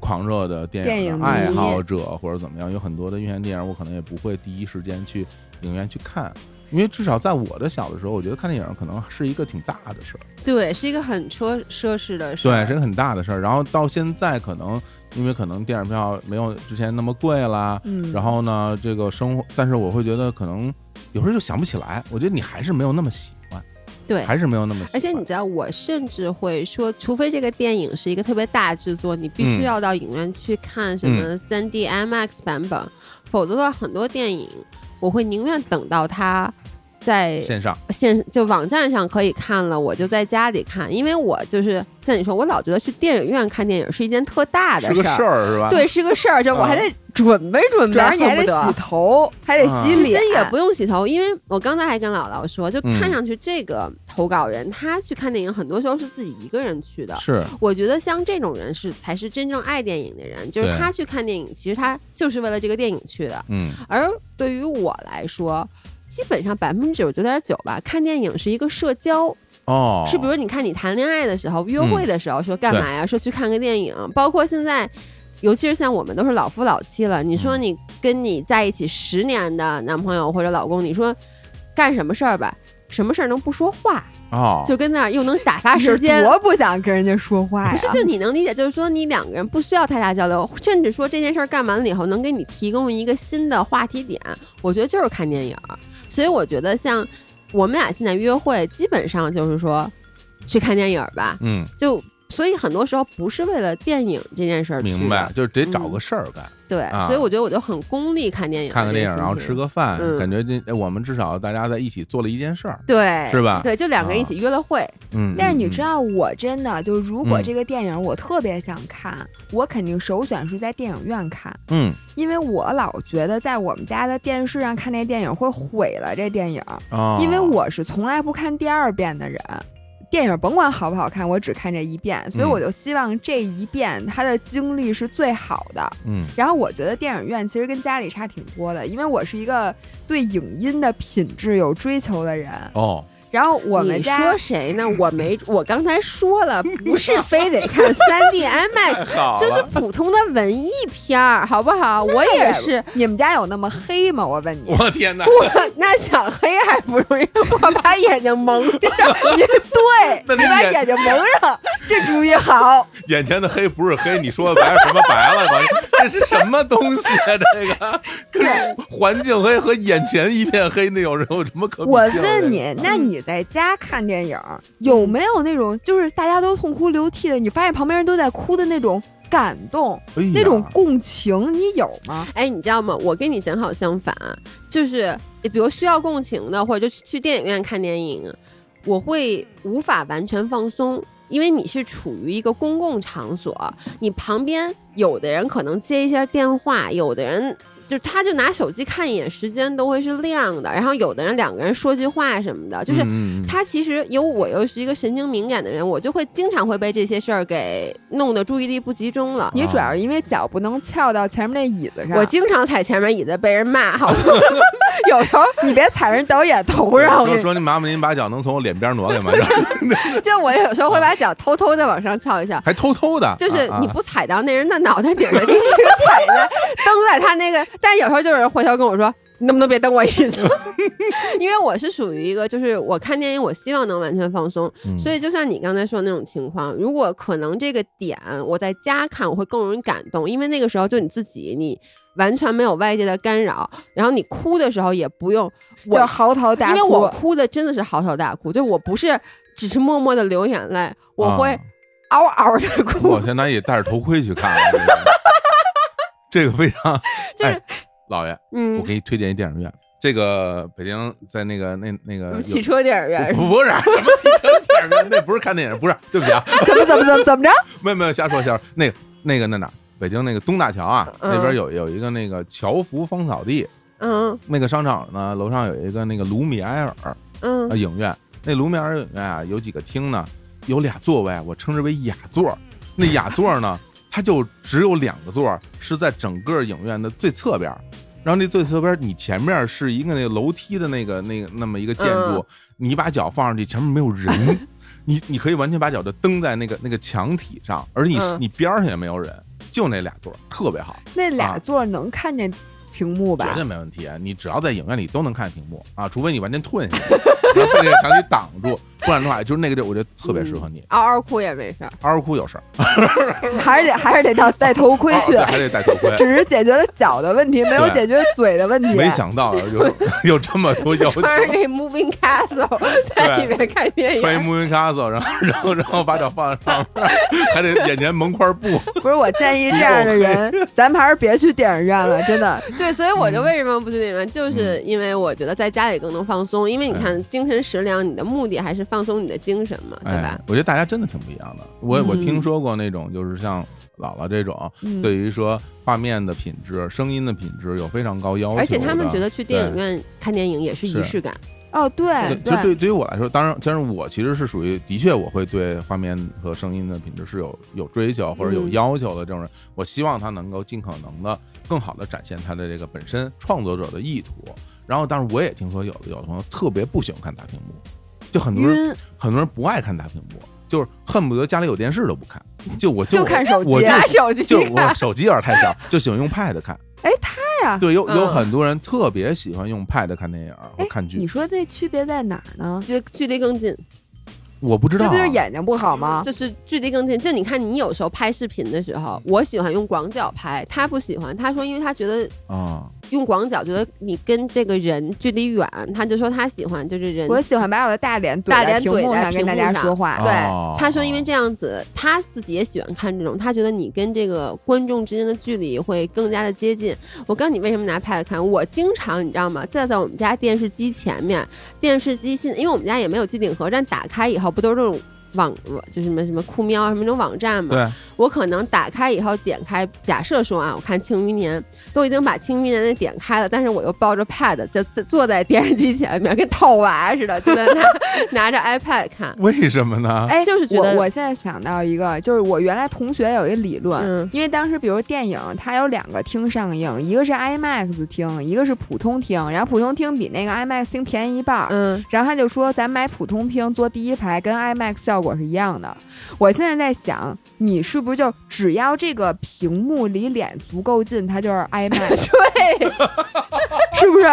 狂热的电
电
影
影
的
迷
爱好者或者怎么样，有很多的院线电影，我可能也不会第一时间去影院去看，因为至少在我的小的时候，我觉得看电影可能是一个挺大的事儿，
对，是一个很奢奢侈的事
对，
儿，
是一个很大的事儿。然后到现在，可能因为可能电影票没有之前那么贵啦，
嗯，
然后呢，这个生活，但是我会觉得可能有时候就想不起来，我觉得你还是没有那么喜欢，
对。
还是没有那么喜欢。
而且你知道，我甚至会说，除非这个电影是一个特别大制作，你必
嗯
须要到影院去看什么 3D IMAX 版本，否则的话，很多电影我会宁愿等到它在
线上，
线就网站上可以看了，我就在家里看，因为我就是像你说，我老觉得去电影院看电影是一件特大的
是个事
儿，
儿是吧？
对，是个事儿，就我还
啊
得准备准备，
主要你还
恨不
得洗
得
头，还得洗
其
脸，
实也不用洗头，因为我刚才还跟姥姥说，就
嗯
看上去这个投稿人，他去看电影很多时候是自己一个人去的。
是
我觉得像这种人是才是真正爱电影的人，就是
对
他去看电影，其实他就是为了这个电影去的。
嗯，
而对于我来说，基本上百分之九十九点九吧，看电影是一个社交，
哦，嗯
是比如你看你谈恋爱的时候、约会的时候说干嘛呀？说去看个电影，包括现在。尤其是像我们都是老夫老妻了，你说
嗯
你跟你在一起十年的男朋友或者老公，你说干什么事儿吧，什么事儿能不说话，
哦，
就跟那儿又能打发
是
时间，
多不想跟人家说话呀！
不是，
啊
就你能理解，就是说你两个人不需要太大交流，甚至说这件事儿干完了以后，能给你提供一个新的话题点，我觉得就是看电影儿。所以我觉得像我们俩现在约会，基本上就是说去看电影儿吧，
嗯，
就。所以很多时候不是为了电影这件事儿去的
明白，就是得找个事儿干。
对，
啊
所以我觉得我就很功利看电影，
看个电影，然后吃，个饭，
嗯
感觉这哎我们至少大家在一起做了一件事儿，
对，
是吧啊
对，就两个人一起约了会，
嗯。
但是你
嗯
知，道，我真的就如果
嗯
这个电影我特别想看，我肯定首选是在电影院看，
嗯，
因为我老觉得在我们家的电视上看那电影会毁了这电影，
哦，
因为我是从来不看第二遍的人。电影甭管好不好看，我只看这一遍，所以
嗯
我就希望这一遍它的经历是最好的。
嗯，
然后我觉得电影院其实跟家里差挺多的，因为我是一个对影音的品质有追求的人。
哦，
然后我们
你
家
说谁呢？我没，我刚才说
<laughs>
了，不是非得看三 D IMAX，
好
就是普通的文艺片儿，好不好？我也是，
你们家有那么黑吗？我问
<laughs>
你，
<laughs> 我天哪，
<laughs> 那小黑还不容易，我把眼睛蒙上。
对，
那
<laughs> 你
你
把
眼
眼睛蒙上，这主意好。
眼前的黑不是黑，你说的白是什么白了？这是什么东西啊？这个跟环境黑和眼前一片黑，那有时候什么可比
我
性啊
问你，那你在家看电影
嗯
有没有那种就是大家都痛哭流涕的，你发现旁边人都在哭的那种感动、
这个哎呀
那种共情，你有吗？
哎，你知道吗？我跟你正好相反，啊就是比如需要共情的，或者就去去电影院看电影，我会无法完全放松。因为你是处于一个公共场所，你旁边有的人可能接一下电话，有的人就他就拿手机看一眼，时间都会是亮的。然后有的人两个人说句话什么的，就是
嗯嗯嗯
他其实有我又是一个神经敏感的人，我就会经常会被这些事儿给弄得注意力不集中
啊
了。
你主要是因为脚不能翘到前面那椅子上，
我经常踩前面椅子被人骂，好吗？ <laughs>
有时候你别踩人导演头上，我跟
说
你
说你妈妈，您把脚能从我脸边挪开吗？ <laughs>
就我有时候会把脚偷偷的往上翘一翘，
还偷偷的，
<laughs> 就是
啊
你不踩到那人的脑袋顶上，你一直踩着蹬在他那个，但有时候就有人回头跟我说。你能不能别蹬我一次？ <laughs> 因为我是属于一个，就是我看电影，我希望能完全放松，
嗯
所以就像你刚才说的那种情况，如果可能这个点我在家看，我会更容易感动，因为那个时候就你自己，你完全没有外界的干扰，然后你哭的时候也不用我
就嚎啕大
因
哭。
为我哭的真的是嚎啕大哭，就我不是只是默默的流眼泪，我会
啊
嗷嗷的哭
我，现在也戴着头盔去看了， <laughs> 这个非常
就是、
哎老爷，我
嗯，
给你推荐一电影院，这个北京在那个那那呃个有 <laughs>
汽车电影院，
不不是啊什么汽车电影院，那不是看电影，不是，对不起啊，
怎么怎么怎么怎么着？
没有没有瞎说瞎说，那个那个那哪儿，北京那个东大桥啊，
嗯
那边有有一个那个侨服芳草地，
嗯
那个商场呢，楼上有一个那个卢米埃尔
嗯
啊影院，那卢米埃尔影院啊有几个厅呢，有俩座位，我称之为雅座。那雅座呢，它就只有两个座，是在整个影院的最侧边。然后那最侧边，你前面是一个那个楼梯的那个那个那么一个建筑，
嗯
你把脚放上去，前面没有人，你你可以完全把脚就蹬在那个那个墙体上，而且你、
嗯
你边儿上也没有人，就那俩座特别好。
那
啊
俩座儿能看见屏幕吧
绝？对没问题。啊你只要在影院里都能看屏幕啊，除非你完全吞下去， <laughs> 然后被那个墙体挡住，不然的话，就是那个地儿，我觉得特别适合你。
嗷嗷哭也没事儿。
嗷嗷哭有事儿，
还是得还是得到戴头盔
嗷嗷哦
去
对，还得戴头
<laughs>
盔。
只是解决了脚的问题，没有解决嘴的问题。
没想到啊有有这么多要求，
穿着那 Moving
<laughs>
Castle 在里面看电 <laughs>
穿一
影，
木云 castle，然后然后然后把脚放上面，还得眼前蒙块布。
<laughs> 不是我建议这样的人，咱们还是别去电
<laughs>
影院了，真的。
<laughs> 对，所以我就为什么不去电影院，就是因为我觉得在家里更能放松。因为你看，精神食粮，你的目的还是放松你的精神 <laughs> 嘛，对
哎
吧？，
我觉得大家真的挺不一样的。我我
嗯
听说过那种，就是像姥姥这种，
嗯，
对于说画面的品质、声音的品质有非常高要求的。
而且他们觉得去电影院看电影也是仪式感，
哦，对
对，就对对于我来说，当然，当然我其实是属于的确我会对画面和声音的品质是有有追求或者有
嗯
要求的这种人，我希望他能够尽可能的更好的展现他的这个本身创作者的意图。然后，当然我也听说有的有的朋友特别不喜欢看大屏幕，就很多人
晕，
很多人不爱看大屏幕，就是恨不得家里有电视都不看，就我
就看手机啊
我就
拿手机
就
看
我手机有点太小，就喜欢用 Pad 看。
<laughs> 哎，他呀，
对，有有
嗯
很多人特别喜欢用 Pad 看电影或
哎
看剧
你，说这区别在哪儿呢？
就距离更近，
我不知
这
道
不就是
啊。
眼睛不好吗？
就是距离更近。就你看，你有时候拍视频的时候，我喜欢用广角拍，他不喜欢，他说因为他觉得
啊
用广角觉得你跟这个人距离远，他就说他喜欢就是人
我喜欢把我的大脸怼
大
在
脸
屏
怼
幕
在
上跟
屏
大
幕
家
上
说话。
哦
对，他说因为这样子，他自己也喜欢看这种，他觉得你跟这个观众之间的距离会更加的接近。我告诉你为什么拿 pad 看，我经常你知道吗？站在我们家电视机前面，电视机现因为我们家也没有机顶盒，但打开以后不都是这种。网就是什么什么酷喵啊，什么那种网站嘛，
对，
我可能打开以后点开，假设说啊，我看《庆余年》，都已经把《庆余年》给点开了，但是我又抱着 pad 就在坐在电视机前面，跟套娃似的，就在那 <laughs> 拿着 iPad 看。
为什么呢？
哎，
就是觉
我
得
我现在想到一个，就是我原来同学有一个理论，
嗯
因为当时比如电影它有两个厅上映，一个是 IMAX 厅，一个是普通厅，然后普通厅比那个 IMAX 厅便宜一半儿。
嗯，
然后他就说，咱买普通厅坐第一排，跟 IMAX 效果是一样的。我现在在想，你是不是就只要这个屏幕离脸足够近，它就是 IMAX，
<laughs> <laughs> 对，
是不是？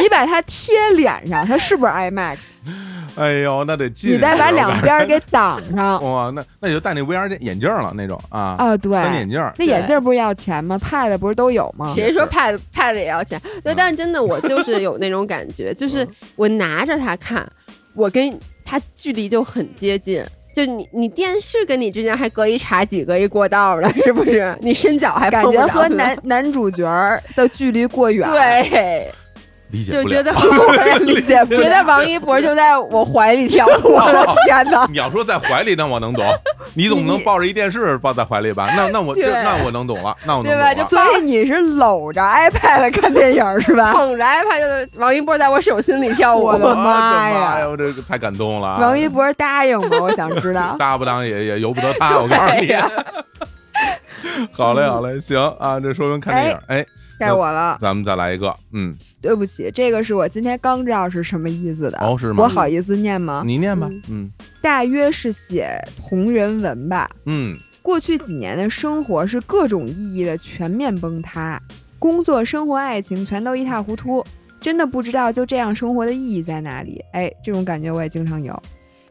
你把它贴脸上，它是不是 IMAX？
哎呦，那得近。
你再把两边儿给挡
<laughs>
上。
哇，那那你就戴那 VR 眼镜了那种啊，
啊，对，
三 D 眼镜儿。
那眼镜儿不是要钱吗？Pad 不是都有吗？
谁
也
说
是
pad pad 也要钱？对，
嗯
但真的我就是有那种感觉，就是
嗯
我拿着它看，我跟它距离就很接近。就你，你电视跟你之间还隔一茶几、隔一过道的，是不是？你伸脚还
感
碰不
觉
着
和
它
男男主角儿的距离过远，，
对，
理解
就
不
觉
了。
<laughs>
得
我也理解不
觉
了。
得王一博就在我怀里跳，
<laughs>
我的天哪！
<laughs> 你要说在怀里，那我能懂。你总不能抱着一电视抱在怀里吧？那那我
对
这那我能懂了，那我能
对吧
懂了
就。
所以你是搂着 iPad 看电影儿是吧？
捧着 iPad 就王一博在我手心里跳舞，
我
我
的
的
妈呀
妈呀！我啊哎这个太感动了啊。
王一博答应吗？我
<laughs>
想知道。
搭不当也也由不得他，我告诉
对
你。
呀
<laughs> 好嘞，好嘞，行啊，这说明看电影，哎，
该我了，
咱们再来一个，嗯，
对不起，这个是我今天刚知道是什么意思的，
哦，是
我
吗？
好意思念吗？
你念吧，嗯
大约是写同人文吧。
嗯，
过去几年的生活是各种意义的全面崩塌，工作、生活、爱情全都一塌糊涂，真的不知道就这样生活的意义在哪里。哎，这种感觉我也经常有。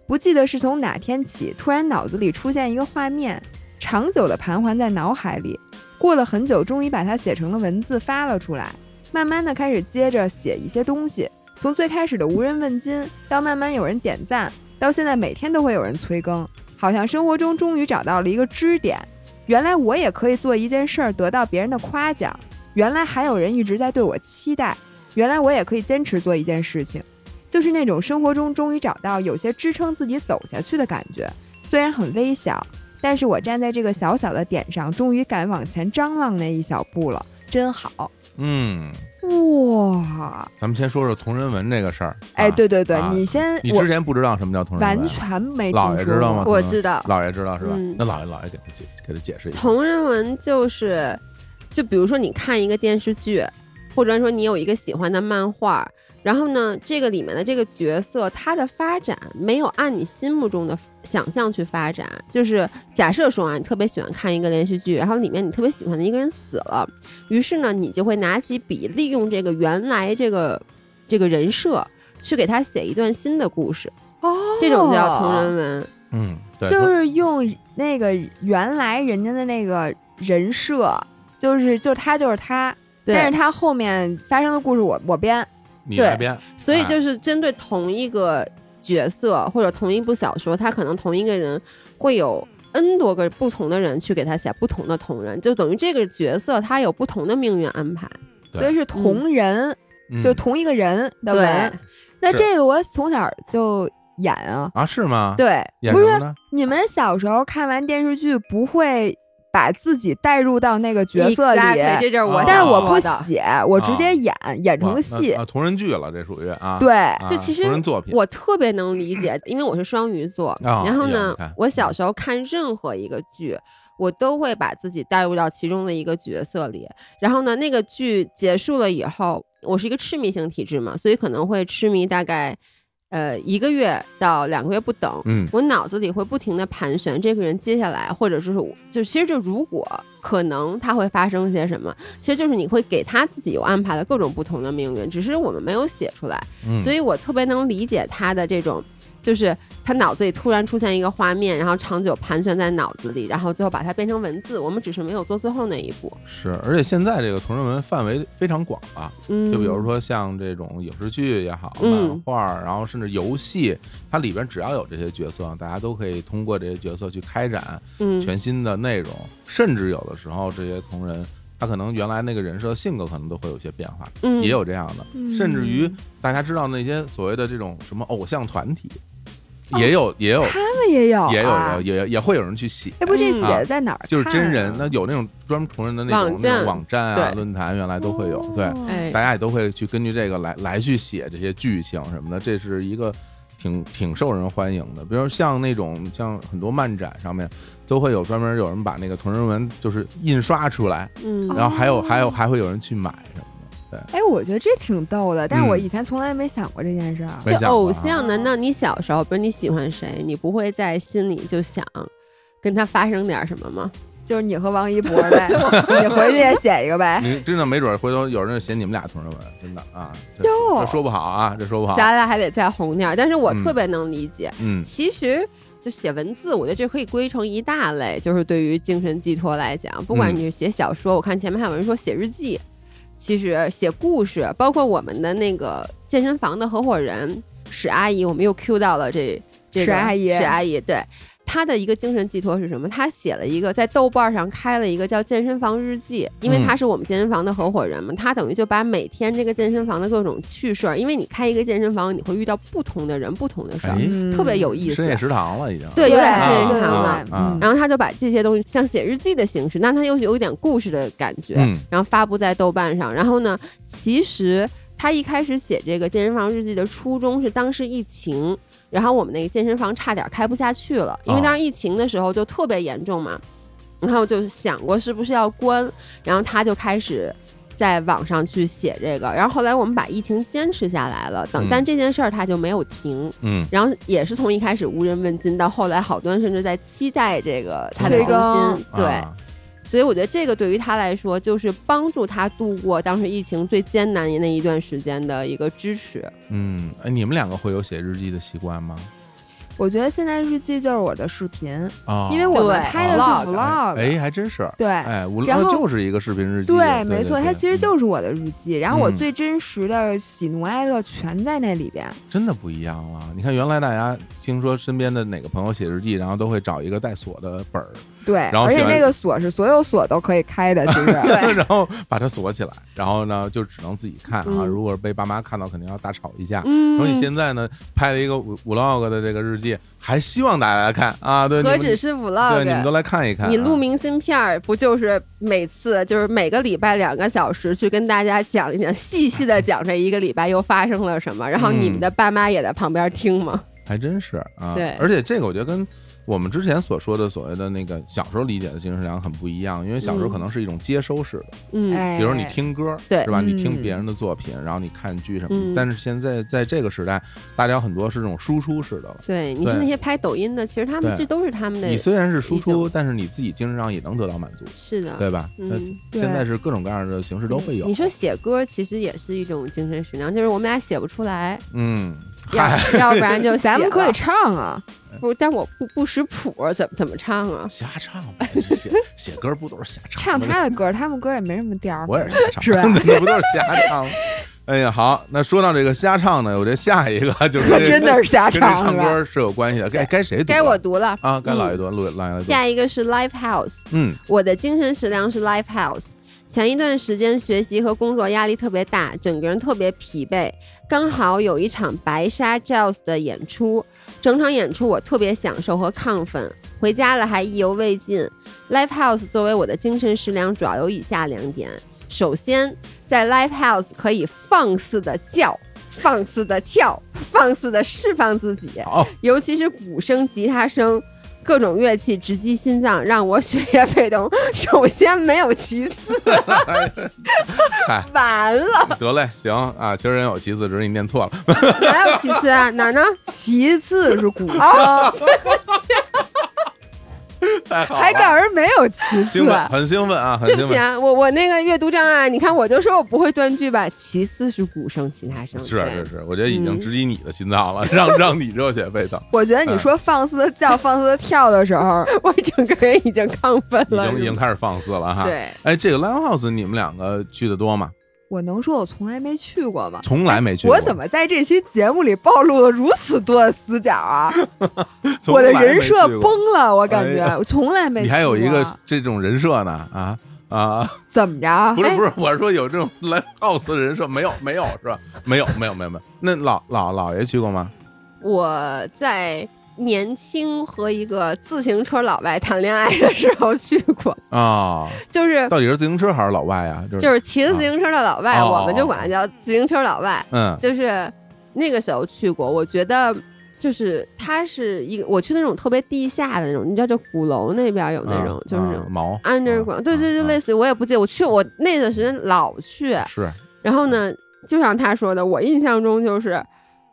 不记得是从哪天起，突然脑子里出现一个画面，长久的盘桓在脑海里。过了很久，终于把它写成了文字发了出来。慢慢的开始接着写一些东西，从最开始的无人问津，到慢慢有人点赞，到现在每天都会有人催更。好像生活中终于找到了一个支点，原来我也可以做一件事儿得到别人的夸奖，原来还有人一直在对我期待，原来我也可以坚持做一件事情，就是那种生活中终于找到有些支撑自己走下去的感觉，虽然很微小，但是我站在这个小小的点上，终于敢往前张望那一小步了，真好。
嗯，
哇，
咱们先说说同人文这个事儿。
哎，
啊，
对对对，
啊
你先
你
我
之前不知道什么叫同人文啊，
完全没
老
听
爷
说
知道吗
过，
我知道，
姥爷知道是吧？
嗯
那姥爷姥爷给他解给他解释一下。
同人文就是，就比如说你看一个电视剧，或者说你有一个喜欢的漫画，然后呢，这个里面的这个角色他的发展没有按你心目中的想象去发展。就是假设说啊，你特别喜欢看一个连续剧，然后里面你特别喜欢的一个人死了，于是呢，你就会拿起笔，利用这个原来这个这个人设。去给他写一段新的故事，
哦，
这种叫同人文。
嗯，对，
就
同
是用那个原来人家的那个人设，就是就他就是他，
对，
但是他后面发生的故事我我编，
你
对
那边，
所以
哎
就是针对同一个角色或者同一部小说，他可能同一个人会有 n 多个不同的人去给他写不同的同人，就等于这个角色他有不同的命运安排。
对
所以是同人，
嗯
就同一个人的
对
文。那
是
这个我从小就演啊，
啊是吗？，
对，
演
不
什
是
么呢？
你们小时候看完电视剧不会把自己带入到那个角色里，哦
Exactly，这就是我
啊
想说的，
但是我不
想。
写，我直接演演
哦哇
成
那
戏，
啊，同人剧了，这属于啊，
对。
啊，
就其实
同人作品，
我特别能理解，因为我是双鱼座，
啊
然后
哎呀
呢
你看，
我小时候看任何一个剧，我都会把自己带入到其中的一个角色里，然后呢，那个剧结束了以后，我是一个痴迷型体质嘛，所以可能会痴迷大概呃一个月到两个月不等。
嗯
我脑子里会不停的盘旋，这个人接下来，或者就是我就其实就如果可能他会发生些什么，其实就是你会给他自己有安排的各种不同的命运，只是我们没有写出来。
嗯，
所以我特别能理解他的这种，就是他脑子里突然出现一个画面，然后长久盘旋在脑子里，然后最后把它变成文字。我们只是没有做最后那一步。
是，而且现在这个同人文范围非常广啊，
嗯，
就比如说像这种影视剧也好，
嗯
漫画儿，然后甚至游戏，它里边只要有这些角色，大家都可以通过这些角色去开展
嗯，
全新的内容，甚至有的时候这些同人，他可能原来那个人设性格可能都会有些变化，
嗯
也有这样的，甚至于
嗯
大家知道那些所谓的这种什么偶像团体，
哦
也有也有
他们也有、啊，
也有人也也会有人去写。
哎，不，这
嗯
写的在哪儿、啊
就是真人，那，有那种专门同人的那种
网
那
站
种网站啊、
对
论坛，原来都会有。对，
哦
哎
大家也都会去根据这个来来去写这些剧情什么的，这是一个挺挺受人欢迎的。比如像那种像很多漫展上面都会有专门有人把那个同人文就是印刷出来，
嗯，
然后还有
哦
还有还会有人去买什么的。
哎，我觉得这挺逗的，但是我
嗯
以前从来没想过这件事儿。
对，
就偶
啊
像，难道你小时候，比如你喜欢谁，你不会在心里就想跟他发生点什么吗？
就是你和王一博 <laughs> 呗，你回去也写一个
哎
呗。
你真的没准儿回头有人写你们俩同人文，真的啊，这
哟
这说不好啊，这说不好。
咱俩还得再红点儿。但是我
嗯
特别能理解，
嗯，
其实就写文字，我觉得这可以归成一大类，就是对于精神寄托来讲，不管
嗯
你是写小说，我看前面还有人说写日记，其实写故事，包括我们的那个健身房的合伙人史阿姨，我们又 Q 到了这这个
史阿姨
史阿姨对。她的一个精神寄托是什么？她写了一个在豆瓣上开了一个叫《健身房日记》，因为
嗯
她是我们健身房的合伙人嘛，她等于就把每天这个健身房的各种趣事儿，因为你开一个健身房，你会遇到不同的人、不同的事儿
哎，
嗯
特别有意思
深。夜食堂了已经。
对，有点
对
深
啊
夜食堂了。
对
啊
嗯
然后他就把这些东西像写日记的形式，那他又有一点故事的感觉，
嗯
然后发布在豆瓣上。然后呢，其实他一开始写这个健身房日记的初衷是当时疫情，然后我们那个健身房差点开不下去了，因为
哦
当时疫情的时候就特别严重嘛。然后就想过是不是要关，然后他就开始在网上去写这个。然后后来我们把疫情坚持下来了，等
嗯
但这件事儿他就没有停。
嗯，
然后也是从一开始无人问津，到后来好多人甚至在期待这个他的
催
更
更
新，对，
啊
所以我觉得这个对于他来说，就是帮助他度过当时疫情最艰难的那一段时间的一个支持。
嗯，哎，你们两个会有写日记的习惯吗？
我觉得现在日记就是我的视频，
啊，
因为我们
对
拍的是
vlog，
vlog，
哎，还真是，
对。
哎，无
然
论
后
就是一个视频日记，
对，没错，它其实
嗯
就是我的日记，然后我
嗯
最真实的喜怒哀乐全在那里边。
真的不一样了。你看，原来大家听说身边的哪个朋友写日记，然后都会找一个带锁的本儿，
对，
然后
而且
写完
那个锁是所有锁都可以开的，其
<laughs>
实。对，
然后把它锁起来，然后呢就只能自己看啊。
嗯
如果被爸妈看到，肯定要大吵一架。然后你
嗯，
现在呢，拍了一个 vlog 的这个日记，季，还希望大家来看啊。对，
何
你们
止是
对你们都
vlog。
来看一看啊。
你录明信片儿不就是每次就是每个礼拜两个小时去跟大家讲一讲，细细的讲这一个礼拜又发生了什
嗯
么，然后你们的爸妈也在旁边听吗？
还真是啊。
对
而且这个我觉得跟我们之前所说的所谓的那个小时候理解的新食粮很不一样，因为小时候
嗯
可能是一种接收式的，
嗯，
哎，
比如你听歌，
对
是吧？你听
嗯
别人的作品，然后你看剧什么的。
嗯
但是现在在这个时代，大家很多是这种输出式的了。
对，你说
对
那些拍抖音的，其实他们
对
这都是他们的
你，虽然是输
理解
出，
了
但是你自己精神上也能得到满足，
是的，
对吧？
嗯
那
对
现在是各种各样的形式都会有。
你说写歌其实也是一种精神食粮，就是我们俩写不出来，
嗯，
要
嗨，
要
<laughs>
不然就
咱们
写
可以
了
唱啊，
不，但我不不识谱，怎么怎么唱啊？
瞎唱呗，这写写歌不都是瞎唱
唱
吗？
他的歌，他们歌也没什么调儿。
我也是瞎唱，
是吧
<laughs> 那不都是瞎唱吗？哎呀，好，那说到这个瞎唱呢，我觉得下一个就是
可 <laughs> 真的是瞎
跟这
唱
唱
是吧？
<laughs>
<laughs>
歌是有关系的，该该谁读啊？
该我读了
啊，该老
嗯
一段，录老一段。
下一个是 Live House，
嗯，
我的精神食粮是 Live House。前一段时间学习和工作压力特别大，整个人特别疲惫。刚好有一场白沙 Giles 的演出，整场演出我特别享受和亢奋，回家了还意犹未尽。Live House 作为我的精神食粮，主要有以下两点：首先，在 Live House 可以放肆的叫、放肆的跳、放肆的释放自己。
好，
尤其是鼓声、吉他声，各种乐器直击心脏，让我血液沸腾。首先没有其次，
嗨，
完了，
<laughs> 得嘞，行啊，其实人有其次，只是你念错了。 <laughs>
哪有其次啊？哪儿呢？
其次是鼓声，
太好了
哦还告诉人没有其
兴
次，
奋，很兴奋啊，很
对
兴
不
奋。
起啊，我我那个阅读障碍，你看我就说我不会断句吧。其次是鼓声、吉他声，
是啊
对
啊
是是，我觉得已
嗯
经直击你的心脏了，让 <laughs> 让你热血沸腾，
我觉得你说放肆的叫、放肆的跳的时候，
我整个人已经亢奋
已
了，
经已经
是吗
开始放肆了哈。，
对。
哎，这个 Live House 你们两个去的多吗？
我能说我从来没去过吗？
从来没去过，
哎我怎么在这期节目里暴露了如此多的死角啊？
从
我的
来没
人设
去过
崩了，我感觉
哎呀
我从来没去过。啊
你还有一个这种人设呢啊啊！
怎么着
不？是
哎
不是，我是说有这种 live house 的人设没有没有是吧？没有没有没有没有。那老老老爷去过吗？
我在年轻和一个自行车老外谈恋爱的时候去过，
啊、
呃
就是
到底是自行车还是老外啊？就是、
就是骑着自行车的老外，
啊
我们就管他叫自行车老外。
嗯
就是那个时候去过，我觉得就是它是一个我去那种特别地下的那种，你知道，就鼓楼那边有那种，
嗯
就是那
嗯
种
毛
underground，、对对，
嗯
对，
嗯
类似于我也不记得，我去我那段时间老去，
是
然后呢，就像他说的，我印象中就是。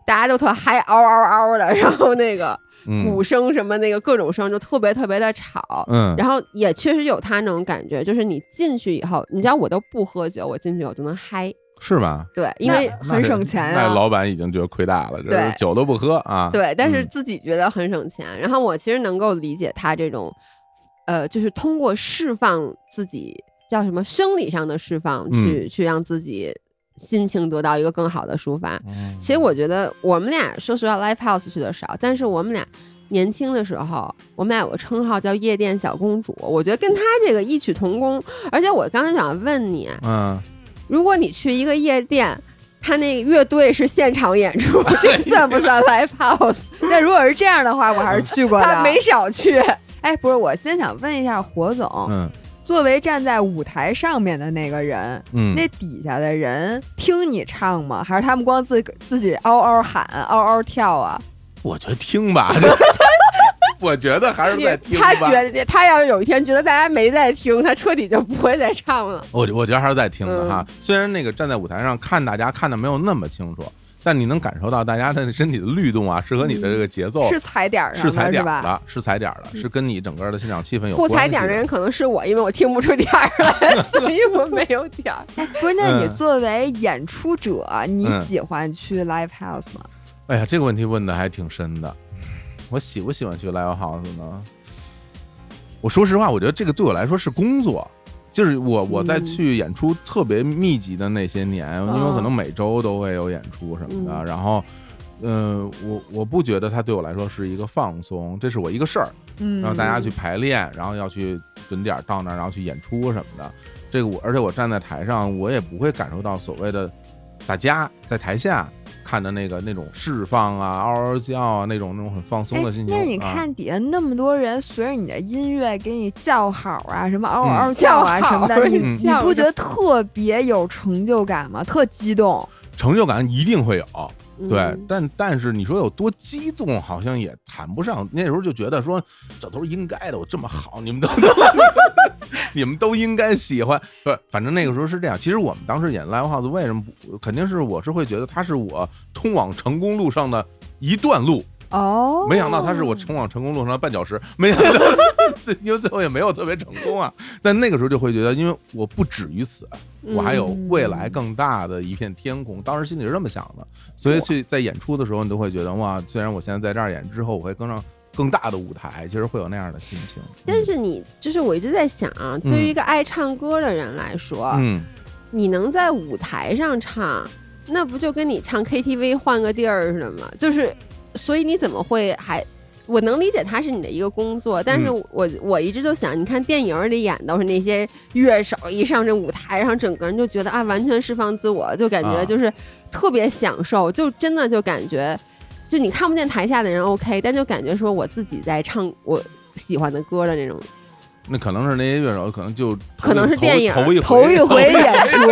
大家都特嗨，嗷嗷嗷的，然后那个鼓
嗯
声什么那个各种声就特别特别的吵，
嗯，
然后也确实有他那种感觉，就是你进去以后，你知道我都不喝酒，我进去我就能嗨，
是吧？
对，因为
那
很省钱
那
啊
老板已经觉得亏大了，这
对
酒都不喝啊。
对，但是
嗯
自己觉得很省钱。然后我其实能够理解他这种，呃，就是通过释放自己叫什么生理上的释
嗯
放，去、去让自己心情得到一个更好的抒发。
嗯，
其实我觉得我们俩说实话，live house 去的少，但是我们俩年轻的时候，我们俩有个称号叫夜店小公主，我觉得跟她这个异曲同工。而且我刚才想问你，
嗯，
如果你去一个夜店，他那个乐队是现场演出，这算不算 live house？
那如果是这样的话，我还是去过
<laughs> 他
的。
没少去。
哎，不是，我先想问一下火总，
嗯
作为站在舞台上面的那个人，
嗯，
那底下的人听你唱吗？还是他们光自个自己嗷嗷喊、嗷嗷跳啊？
我觉得听吧， <laughs> 我觉得还是在听吧。
他觉得他要是有一天觉得大家没在听，他彻底就不会再唱了。
我我觉得还是在听的
嗯
哈。虽然那个站在舞台上看大家看的没有那么清楚，但你能感受到大家的身体的律动啊，是和你的这
嗯
个节奏
是踩点儿上
哦是
啊
踩
的
点
是
儿
吧？
的，是踩点儿的，是跟你整个的现场气氛有
不
关系的。
踩点儿的人可能是我，因为我听不出点儿
<laughs>
来，所以我没有点儿。
哎，不是，那你
嗯
作为演出者，你
嗯
喜欢去 live house 吗？
哎呀，这个问题问的还挺深的。我喜不喜欢去 live house 呢？我说实话，我觉得这个对我来说是工作。就是我我在
嗯
去演出特别密集的那些年，因为我可能每周都会有演出什么的，
嗯
然后，呃，我我不觉得它对我来说是一个放松，这是我一个事儿，
嗯，
让大家去排练，然后要去准点儿到那儿，然后去演出什么的。这个我，而且我站在台上，我也不会感受到所谓的大家在台下看的那个那种释放啊、嗷嗷叫啊那种那种很放松的心情。
哎那你
啊
看底下那么多人，随着你的音乐给你叫好啊，什么嗷嗷
嗯
叫啊什么
叫
的，
好
你
嗯
你不觉得特别有成就感吗？特激动，
成就感一定会有，
嗯
对，但但是你说有多激动，好像也谈不上。那时候就觉得说，这都是应该的，我这么好，你们都你们都应该喜欢。不，反正那个时候是这样。其实我们当时演 Live House，为什么不？肯定是我是会觉得它是我通往成功路上的一段路。
哦
没想到它是我通往成功路上的绊脚石，没想到最 <laughs> 因为最后也没有特别成功啊。但那个时候就会觉得，因为我不止于此，我还有
嗯
未来更大的一片天空。当时心里是这么想的，所以去在演出的时候，你都会觉得哇，虽然我现在在这儿演，之后我会更上更大的舞台，其实会有那样的心情。
但是你就是我一直在想啊，对于一个爱唱歌的人来说，
嗯，
你能在舞台上唱，那不就跟你唱 KTV 换个地儿似的吗？就是，所以你怎么会还？我能理解它是你的一个工作，但
嗯
是我、我一直就想，你看电影里演都是那些乐手一上这舞台，然后整个人就觉得啊，完全释放自我，就感觉
啊
就是特别享受，就真的就感觉，就你看不见台下的人 OK，但就感觉说我自己在唱我喜欢的歌的那种，
那可能是那些乐手，可能就
可能是
头
电影
头一
头一回
<laughs> 回
演出，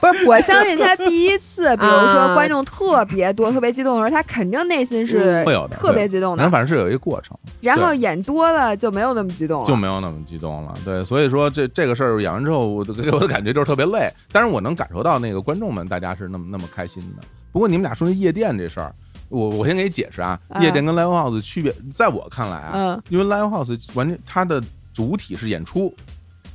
不是我相信他第一次，比如说
啊
观众特别多、特别激动的时候，他肯定内心是
会有的
特别激动
反正
的。
反正是有一个过程，
然后演多了就没有那么激动了，
就没有那么激动了。对，所以说这这个事儿演完之后，我的给我的感觉就是特别累，但是我能感受到那个观众们大家是那么那么开心的。不过你们俩说那夜店这事儿，我我先给你解释啊，
啊
夜店跟 live house 的区别，在我看来啊，
嗯
因为 live house 完全它的主体是演出，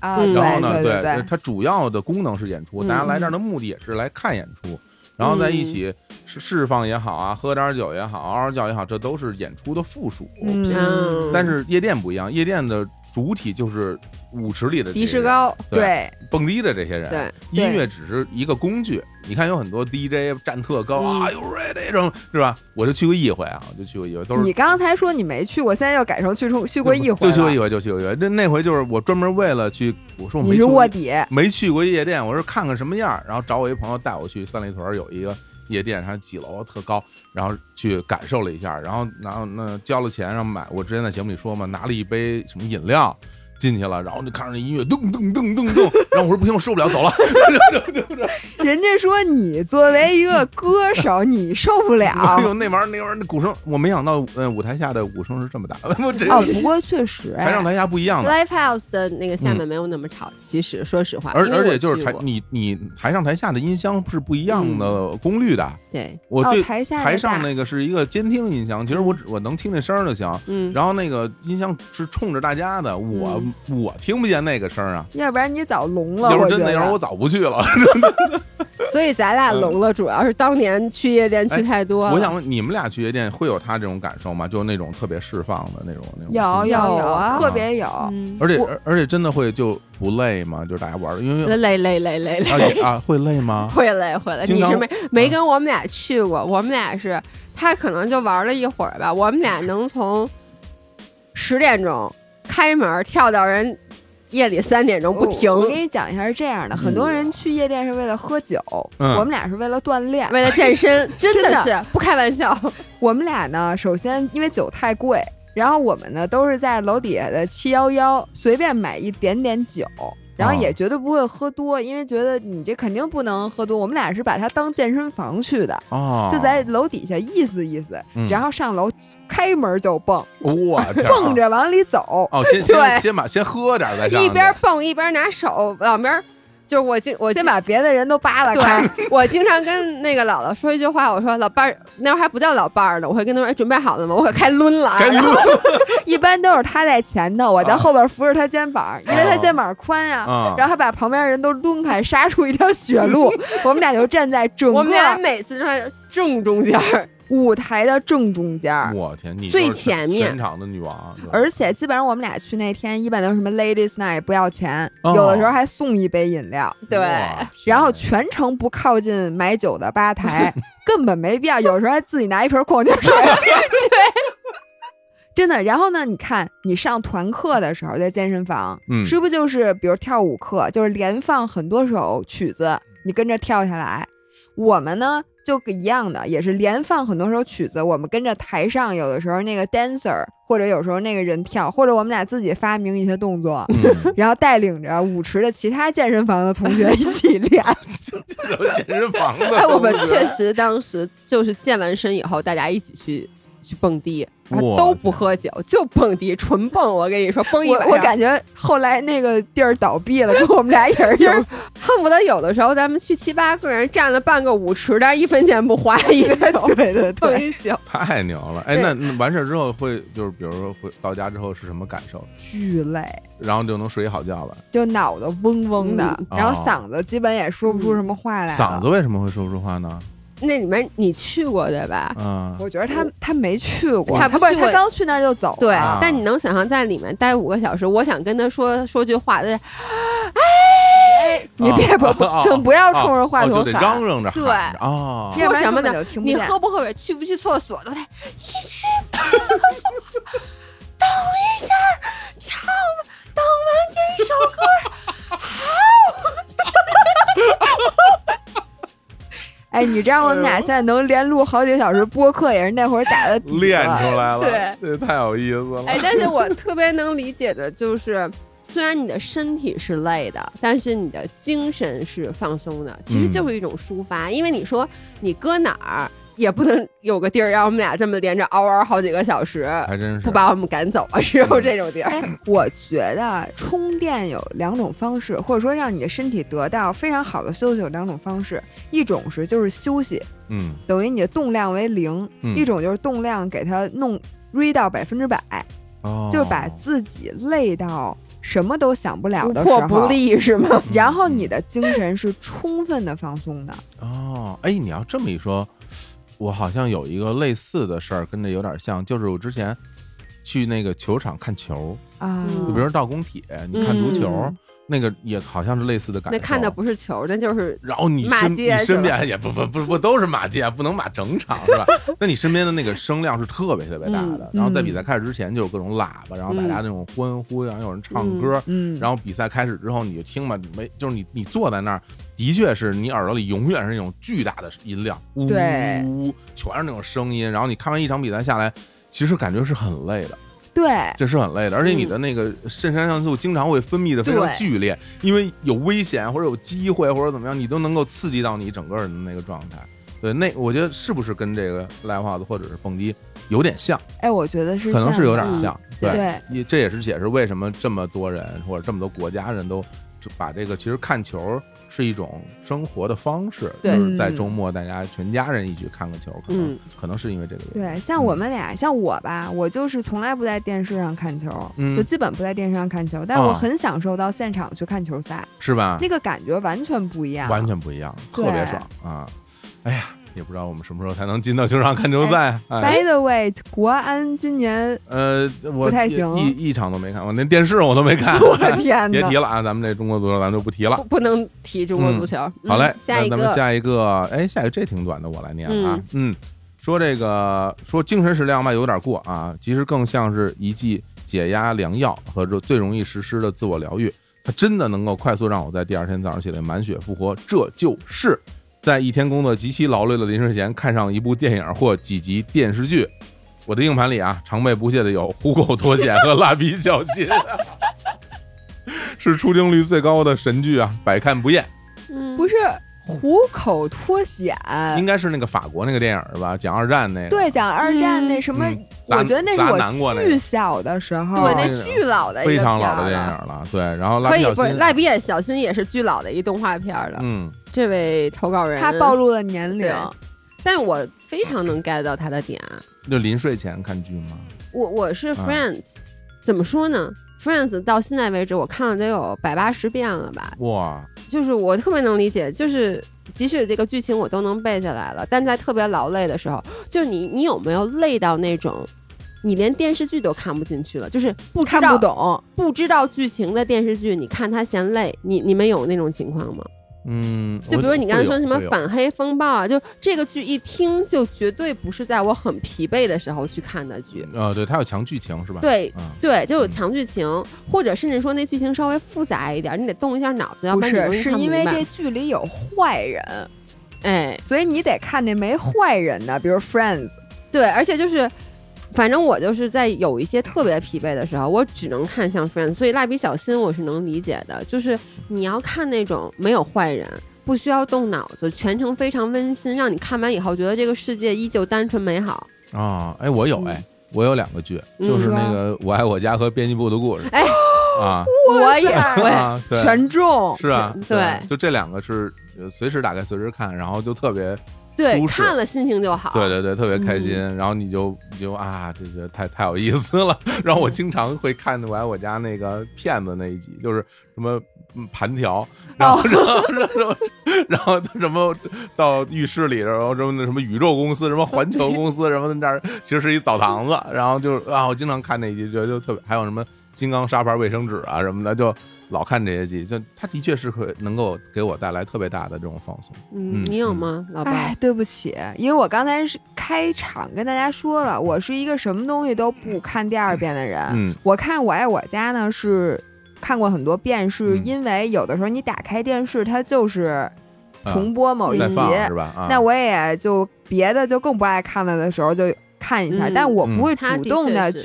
啊，
嗯
然后
对
呢，
对对
它主要的功能是演出，
嗯
大家来这儿的目的也是来看演出，然后在一起
嗯
释释放也好啊，喝点儿酒也好，嗷嗷叫也好，这都是演出的附属品。
嗯
但是夜店不一样，夜店的主体就是舞池里的这
迪
些
士
人、
高，
对，
蹦迪的这些人，
对，
音乐只是一个工具。你看有很多 DJ 站特高
嗯
啊，Are you ready 这种是吧？我就去过一回啊，我就去过一回，都是
你刚才说你没去过，现在又改成去出去过一回，啊
就去过一，回，就去过一回。那那回就是我专门为了去，我说我
你
没去
是
过
卧底，
没去过夜店，我说看看什么样儿，然后找我一朋友带我去三里屯儿有一个夜店，它几楼特高，然后去感受了一下，然后然后那交了钱，然后买，我之前在节目里说嘛，拿了一杯什么饮料。进去了，然后就看着那音乐咚咚咚咚咚，然后我说不行，我受不了，走了。
人家说你作为一个歌手，你受
<laughs>
不了。
哎呦，那玩意儿那玩意儿那鼓声，我没想到，嗯，舞台下的鼓声是这么大，我真
哦，
是
不过确实，
哎台上
哎
台下不一样的。
Live House 的那个下面没有那么吵，其实说实话，
嗯而
因为
而
我
且就是
去
台
过
你你台上台下的音箱是不一样的功率的，
对，
我
哦
对
台下
台
的
上
大
那个是一个监听音箱，其实我
嗯
只我能听那声儿就行。
嗯，
然后那个音箱是冲着大家的，我、我听不见那个声儿啊。
要不然你早聋
要
了。
是
嗯我觉
真的，
得
要是我早不去了。
所以咱俩
嗯
聋了，主要是当年去夜店去太多了。
呃我想问你们俩去夜店会有他这种感受吗？就那种特别释放的那种那种心情。
有有
有啊
特别有。
嗯，
而且
我
而而且真的会就不累吗？就是大家玩的，因为
呃累累累累
啊
累，
也啊会累吗？
会累会累。
经
你
常
是没没跟我们俩去过，我们俩是他可能就玩了一会儿吧，我们俩能从十点钟开门跳到人夜里三点钟不停，
哦我我跟你讲一下是这样的，很多人去夜店是为了喝酒，
嗯
我们俩是为了锻炼。
<laughs> 为了健 <laughs> 身，真的
真
是不开玩笑。
我们俩呢，首先因为酒太贵，然后我们呢都是在楼底下的七幺幺随便买一点点酒。然
哦
后也绝对不会喝多，因为觉得你这肯定不能喝多。我们俩是把它当健身房去的，
哦，
<laughs> 就在楼底下意思意思，
嗯
然后上楼开门就蹦， <laughs>
我天啊
蹦着往里走。
哦，
<laughs>
先
对
先先把先喝点儿再上去。
一边蹦一边拿手往边儿，就是我经我
先
经
把别的人都扒拉开，
对我经常跟那个姥姥说一句话，我说老伴儿那会儿还不叫老伴儿呢，我会跟他说哎准备好了吗？我可开抡了啊，
该
然后
撸
一般都是他在前头，我在
啊哦
后边扶着他肩膀，因为他肩膀宽呀、
啊
然后他把旁边人都抡开，杀出一条血
<laughs>
路。我们俩就站在整
我们俩
个
每次都在正中间儿，
舞台的正中间儿，
我天，你
最
就是全
前面
全场的女王，啊对
而且基本上我们俩去那天，一般都是什么 ladies night 不要钱，
哦
有的时候还送一杯饮料，
对
哇啊
然后全程不靠近买酒的
<laughs>
吧台，根本没必要。有时候还自己拿一瓶矿泉水。对。 <laughs> 真的，然后呢？你看，你上团课的时候，在健身房，
嗯 <laughs>
是不是就是比如跳舞课，就是连放很多首曲子，你跟着跳下来。我们呢，就一样的，也是连放很多首曲子，我们跟着台上有的时候那个 dancer，或者有时候那个人跳，或者我们俩自己发明一些动作，
嗯
然后带领着舞池的其他健身房的同学一起练。
有健身房的
哎，我们
东西
确实当时就是健完身以后，大家一起去去蹦迪，然后
哇
都不喝酒，就蹦迪，纯蹦。我跟你说，蹦一
我
晚
我
上
感觉后来那个地儿倒闭了，跟我们俩也是
<laughs> 就
就是
恨不得有的时候咱们去七八个人占了半个舞池，但是一分钱不花，一宿
对对
蹦
对，
一宿。
太牛了。哎，
对
那那完事儿之后会就是，比如说会到家之后是什么感受？
巨累。
然后就能睡一好觉了。
就脑子嗡嗡的，
嗯
然
哦
后嗓子基本也说不出什么话来了。
嗓子，为什么会说不出话呢？
那里面你去过对吧？
啊，
我觉得他他没去过，
他
他不
不
是
去过
他刚去那儿就走了。
对，
啊
但你能想象在里面待五个小时，我想跟他说说句话，但是哎，
你别不不
啊
请不要冲
哦
着话
哦
筒
就得
喊，
嚷嚷着
对
喊着哦，
要不然
说什么
根
呢
本就听不
你
见。
喝不喝水，去不去厕所
<laughs>
都得，你去不去厕所，等一下，唱吧，等完这首歌，
哎，你知道我们俩现在能连录好几个小时播客，也是那会儿打的底
练
了。
出来了
对，
这太有意思了。
哎，但是我特别能理解的就是。虽然你的身体是累的，但是你的精神是放松的，其实
嗯
就是一种抒发。因为你说你搁哪儿也不能 <laughs> 有个地儿让我们俩这么连着嗷嗷好几个小时，
还真哎是嗯
不把我们赶走啊，只有这种地儿。
哎，我觉得充电有两种方式，或者说让你的身体得到非常好的休息有两种方式，一种是就是休息，
嗯
等于你的动量为零；
嗯
一种就是动量给它弄 re 到百分之百，
哦
就是把自己累到什么都想不了
不
的时
破不
候，嗯
立
<laughs>
是吗？
然后你的精神是充分的放松的。
哦，哎，你要这么一说，我好像有一个类似的事儿，跟这有点像，就是我之前去那个球场看球，
啊，
嗯
就比如说到工体，你看足球，
嗯
那个也好像是类似的感
那
受。
看的不是球，那就是
然后你
骂
身
街
你
是
身
吧
边也不不不不都是骂街，啊不能骂整场
<laughs>
是吧？那你身边的那个声量是特别特别大的。
嗯
然后在比
嗯
赛开始之前就有各种喇叭，然后大家那种欢呼，然后有人唱
嗯
歌，
嗯，
然后比赛开始之后，你就听吧，没就是你你坐在那儿，的确是你耳朵里永远是那种巨大的音量，呜
对
呜呜，全是那种声音。然后你看完一场比赛下来，其实感觉是很累的，
对
这是很累的，而且你的那个肾上腺素经常会分泌的非常
对
剧烈，因为有危险或者有机会或者怎么样，你都能够刺激到你整个人的那个状态。对，那我觉得是不是跟这个 live house 或者是蹦迪有点像，
哎，我觉得是
可能是有点
的
像，对。
对。
也这也是解释为什么这么多人或者这么多国家人都就把这个其实看球是一种生活的方式，
对
就是在周末大家全家人一起去看个球，可能、
嗯
可能是因为这个原因。
对，像我们俩，像我吧，我就是从来不在电视上看球，
嗯
就基本不在电视上看球，但是
啊
我很享受到现场去看球赛，
是吧
那？个感觉完全不一样，
完全不一样，
对
特别爽啊！哎呀，也不知道我们什么时候才能进到球场看球赛啊。哎
By the way，国安今
<laughs>
年，
呃，我
不太行
一一一场都没看，我连电视我都没看。
<laughs> 我天
别
哪
提！了啊，咱们这中国足球咱就不提了
不。不能提中国足球。嗯
啊好嘞，
下
那
一
咱们
个
下一个，哎，下一个这挺短的，我来念啊，嗯，说这个说精神食粮吧，有点过啊，其实更像是一剂解压良药和这最容易实施的自我疗愈，它真的能够快速让我在第二天早上起来满血复活，这就是。在一天工作极其劳累的临睡前，看上一部电影或几集电视剧，我的硬盘里啊，常备不懈的有《虎口脱险》和《蜡笔小新》，是出镜率最高的神剧啊，百看不厌。
嗯
不是虎口脱险，
应该是那个法国那个电影儿吧，讲二战那个。
对，讲二战那
嗯
什么
嗯，
我觉得那
砸
是
砸南瓜
我
那个
巨小的时候，
对，
那
那巨老的一个
非常
片
老的
儿
电影
了
儿了。对，然后蜡
可
笔
以
小
不是
新，
蜡笔也小新也是巨老的一动画片儿了。
嗯，
这位投稿人
他暴露了年龄
对，，但我非常能 get 到他的点。
就临睡前看剧吗？
我我是
啊
Friends，、怎么说呢？Friends 到现在为止，我看了得有百八十遍了吧。
哇，
就是我特别能理解，就是即使这个剧情我都能背下来了，但在特别劳累的时候，就你你有没有累到那种，你连电视剧都看不进去了，就是不知
看
道
不懂。
不知道剧情的电视剧，你看它嫌累，你你们有那种情况吗？
嗯，
就比如你刚才说什么
反，
反黑风暴啊，就这个剧一听就绝对不是在我很疲惫的时候去看的剧，
呃，对，它有强剧情是吧？，
对。
嗯，
对，就有
嗯
强剧情，或者甚至说那剧情稍微复杂一点，你得动一下脑子，要
不
然你容
是，
易
是
看
因
明
为
白
这剧里有坏人，
哎，
所以你得看那没坏人的，比如 Friends，
对，而且就是，反正我就是在有一些特别疲惫的时候，我只能看像 Friends，所以蜡笔小新我是能理解的，就是你要看那种没有坏人。不需要动脑子，全程非常温馨，让你看完以后觉得这个世界依旧单纯美好。
啊，哎，我有哎，我有两个剧，
嗯
就是
是吧
那个《我爱我家》和《编辑部的故事》
哎，
啊，
<laughs> 我也
塞
会，
啊，对，
全中。
是啊，
全对
就这两个是呃随时打开随时看，然后就特别
对，
舒适
看了心情就好。
对对对，特别开心。然后你就你就啊，这个太太有意思了。 <laughs> 然后我经常会看我来我家那个骗子那一集，就是什么嗯盘条，然后、 <laughs> 然后然后然后什么到浴室里，然后什么什么宇宙公司，什么环球公司，什么那儿其实是一澡堂子。然后就啊，我经常看那一集，觉得就特别，还有什么金刚砂牌卫生纸啊什么的，就老看这些集。就它的确是会能够给我带来特别大的这种放松。
嗯
嗯，
你有吗，老白
哎？，对不起，因为我刚才是开场跟大家说了，我是一个什么东西都不看第二遍的人。
嗯
我看《我爱我家》呢是看过很多遍，是
嗯
因为有的时候你打开电视，它就是
啊
重播某一
再
集，
放是吧？啊，
那我也就别的就更不爱看了的时候就看一下，
嗯
但我
嗯
不会
他
主
的
动
确
的
是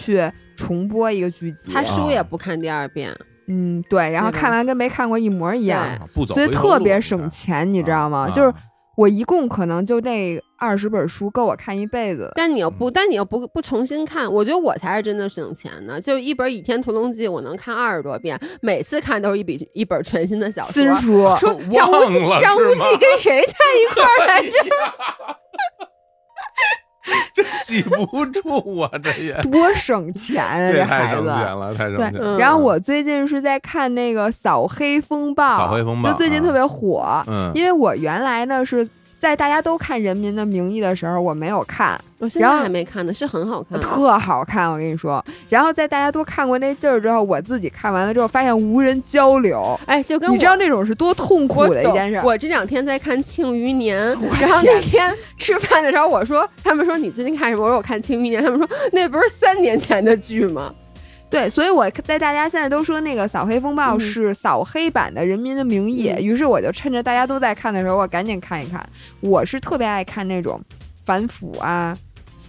去重播一个剧集。
他书
啊
也不看第二遍，
嗯，对，然后
对吧
看完跟没看过一模一样
对，
啊 <laughs> 不走
所以
回头
特
路
别
你
省
看
钱，你知道吗？
啊
就是我一共可能就那二十本书够我看一辈子。
但你又
嗯
不，但你又不不重新看，我觉得我才是真的省钱呢。就一本《倚天屠龙记》，我能看二十多遍，每次看都是一笔一本全新的小说
新。书，
说张无
啊忘
忌
了，
张无
是吗
忌跟谁在一块儿来着？
<laughs> 真记不住啊，这
<laughs>
也
多省
<laughs>
钱啊！
这太
孩
省
子，
钱了，太省
对
钱
嗯
了。
然后我最近是在看那个《扫黑风暴》，
扫黑风暴
就最近
啊
特别火，
嗯，
因为我原来呢是在大家都看《人民的名义》的时候我没有看，
我现
然
在
后
还没看呢，是很好看。
特好看，我跟你说。然后在大家都看过那劲儿之后，我自己看完了之后发现无人交流，
哎，就跟我
你知道那种是多痛苦
我
的一
懂
件事儿。
我这两天在看《庆余年》
我，
然后那
天
天吃饭的时候，我说他们说你最近看什么？我说我看《庆余年》，他们说那不是三年前的剧吗？
对，所以我在大家现在都说那个《扫黑风暴
嗯》
是扫黑版的《人民的名义》
嗯
于是我就趁着大家都在看的时候，我赶紧看一看。我是特别爱看那种反腐啊、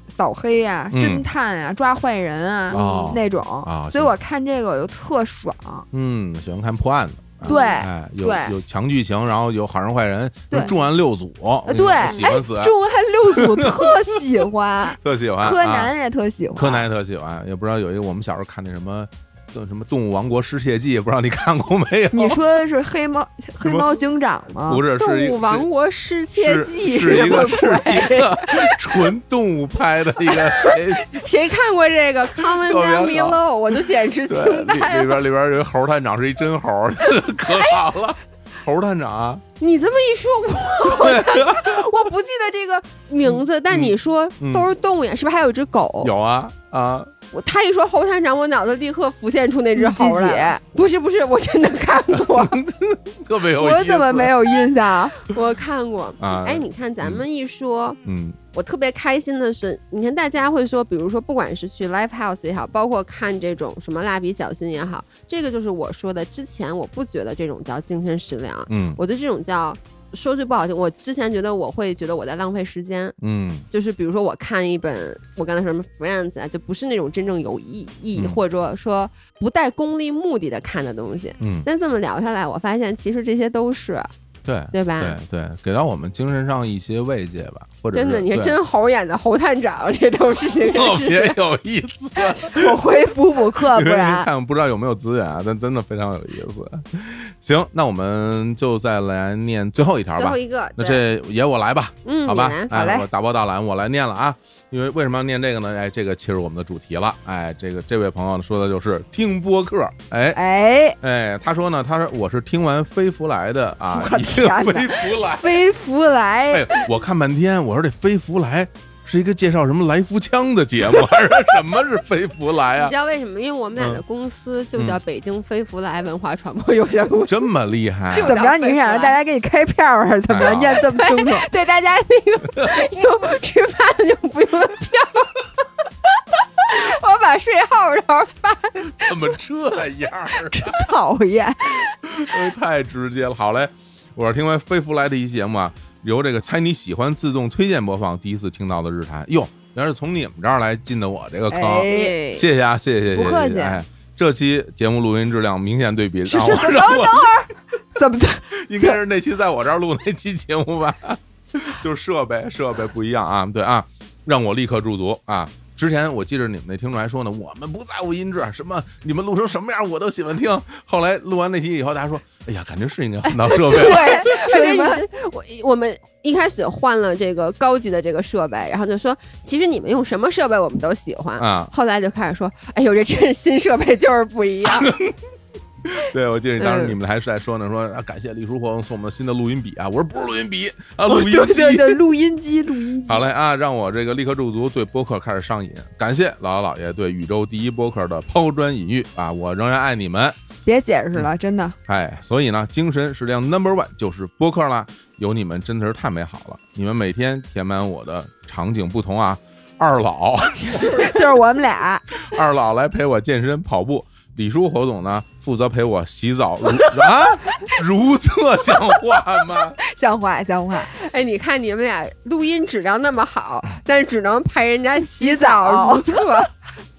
扫黑啊、
嗯
侦探啊、抓坏人啊、
哦
那种、
啊
所以
就
我看这个我就特爽。
嗯，喜欢看破案的。啊
对
哎，有
对
有强剧情，然后有好人坏人，
对呃
重案六组，我跟你
对哎
说喜欢死，啊
重案六组特喜欢，
特喜欢。
柯
<laughs> 啊，
南也特喜欢，
柯南也特喜欢，也不知道有一个我们小时候看那什么，叫什么《动物王国失窃记》，不知道你看过没有？
你说的是黑猫黑
哦么
猫警长吗？
<laughs> 不是，是一
动物王国失窃
是
记》
是一
什么
个是一
鬼？
个 <laughs> 纯动物拍的一个哎美剧
谁看过这个《Common
特别
Down
好
Below》？我就简直
对，
惊
里
呆
里
了！
边里边有一猴探长是一真猴儿， <laughs> 可好了，猴探长啊，
你这么一说，我好像我不记得这个名字，但你说
嗯
都是动物园，是不是还有一只狗？
有啊啊，
我他一说侯探长，我脑子立刻浮现出那只猴
你自己
来。不是不是，我真的看
<laughs>
过，
特别有意思。
我怎么没？有印象？
我看过。
啊
哎，你看咱们一说，
嗯
我特别开心的是，你看大家会说，比如说不管是去 live house 也好，包括看这种什么蜡笔小新也好，这个就是我说的，之前我不觉得这种叫精神食粮，
嗯
我对这种叫。说句不好听，我之前觉得我会觉得我在浪费时间，
嗯
就是比如说我看一本我刚才说什么《Friends》啊，就不是那种真正有意义、
嗯
或者说说不带功利目的的看的东西。
嗯，
但这么聊下来，我发现其实这些都是
对
对吧？
对对，给到我们精神上一些慰藉吧，或者
真的，
是
你看
对
真猴演的侯探长，这都是
<laughs>
这
特
个
别有意思，
我回补补课，
因
不
为
然
看不知道有没有资源啊，但真的非常有意思。行，那我们就再来念最后一条
最
吧
后。一个，
那
对
这也我来吧，
嗯，
好吧
你，来
哎
好嘞
我打包大揽，我来念了啊。因为为什么要念这个呢？哎，这个切入我们的主题了。哎，这个这位朋友说的就是听播客。哎
哎，
哎，他说呢，他说我是听完飞福来的啊，
我
一听
天哪
飞福来。
飞福来，
哎，我看半天，我说这飞福来是一个介绍什么来福枪的节目，还是什么是飞福来
你
啊
知？道为什么？因为我
嗯
们俩的公司就叫北京飞福来文化传播有限公司。
这么厉害
这
怎么着？你是想让大家给你开票啊，还是怎么
哎
着？
呀
念这么清楚？
对大家那个用吃饭就不用票，我把税号然后发
怎么这样儿啊？
讨厌，
哎太直接了。好嘞，我是听完飞福来的一期节目啊，由这个猜你喜欢自动推荐播放，第一次听到的日台，哟，原来是从你们这儿来进的我这个坑，
哎，
<laughs> 对，
谢谢啊，谢谢，谢谢
不客气
谢谢哎，这期节目录音质量明显对比，
是
让
是
我 <laughs> 让我
怎么的？
<laughs> 应该是那期在我这儿录那期节目吧， <laughs> 就是设备设备不一样啊，对啊，让我立刻驻足啊。之前我记着你们那听众还说呢，我们不在乎音质，什么你们录成什么样我都喜欢听。后来录完那期以后，大家说，哎呀，感觉是应该换到设备
<laughs>
了。
对，
说
是
你
你们
们，我我们一开始换了这个高级的这个设备，然后就说，其实你们用什么设备我们都喜欢。
啊，
后来就开始说，哎呦，这真是新设备就是不一样。
<laughs> 对，我记得当时
嗯
你们还是在说呢，说啊，感谢李叔活送我们新的录音笔啊，我说不是录音笔啊，录
对
音
<laughs> 对
机。
对对，录音机，录音机
好，嘞啊，让我这个立刻驻足，对播客开始上瘾。感谢姥姥姥爷对宇宙第一播客的抛砖引玉啊，我仍然爱你们。
别解释了，真的。
哎，所以呢，精神食粮 number one 就是播客啦。有你们真的是太美好了，你们每天填满我的场景不同啊。二老， <laughs>
就是我们俩，
二老来陪我健身跑步，李叔侯总呢负责陪我洗澡。如 <laughs> 啊，如厕像话吗？
像话像话，
哎，你看你们俩录音质量那么好，但是只能陪人家洗
澡
澡如厕。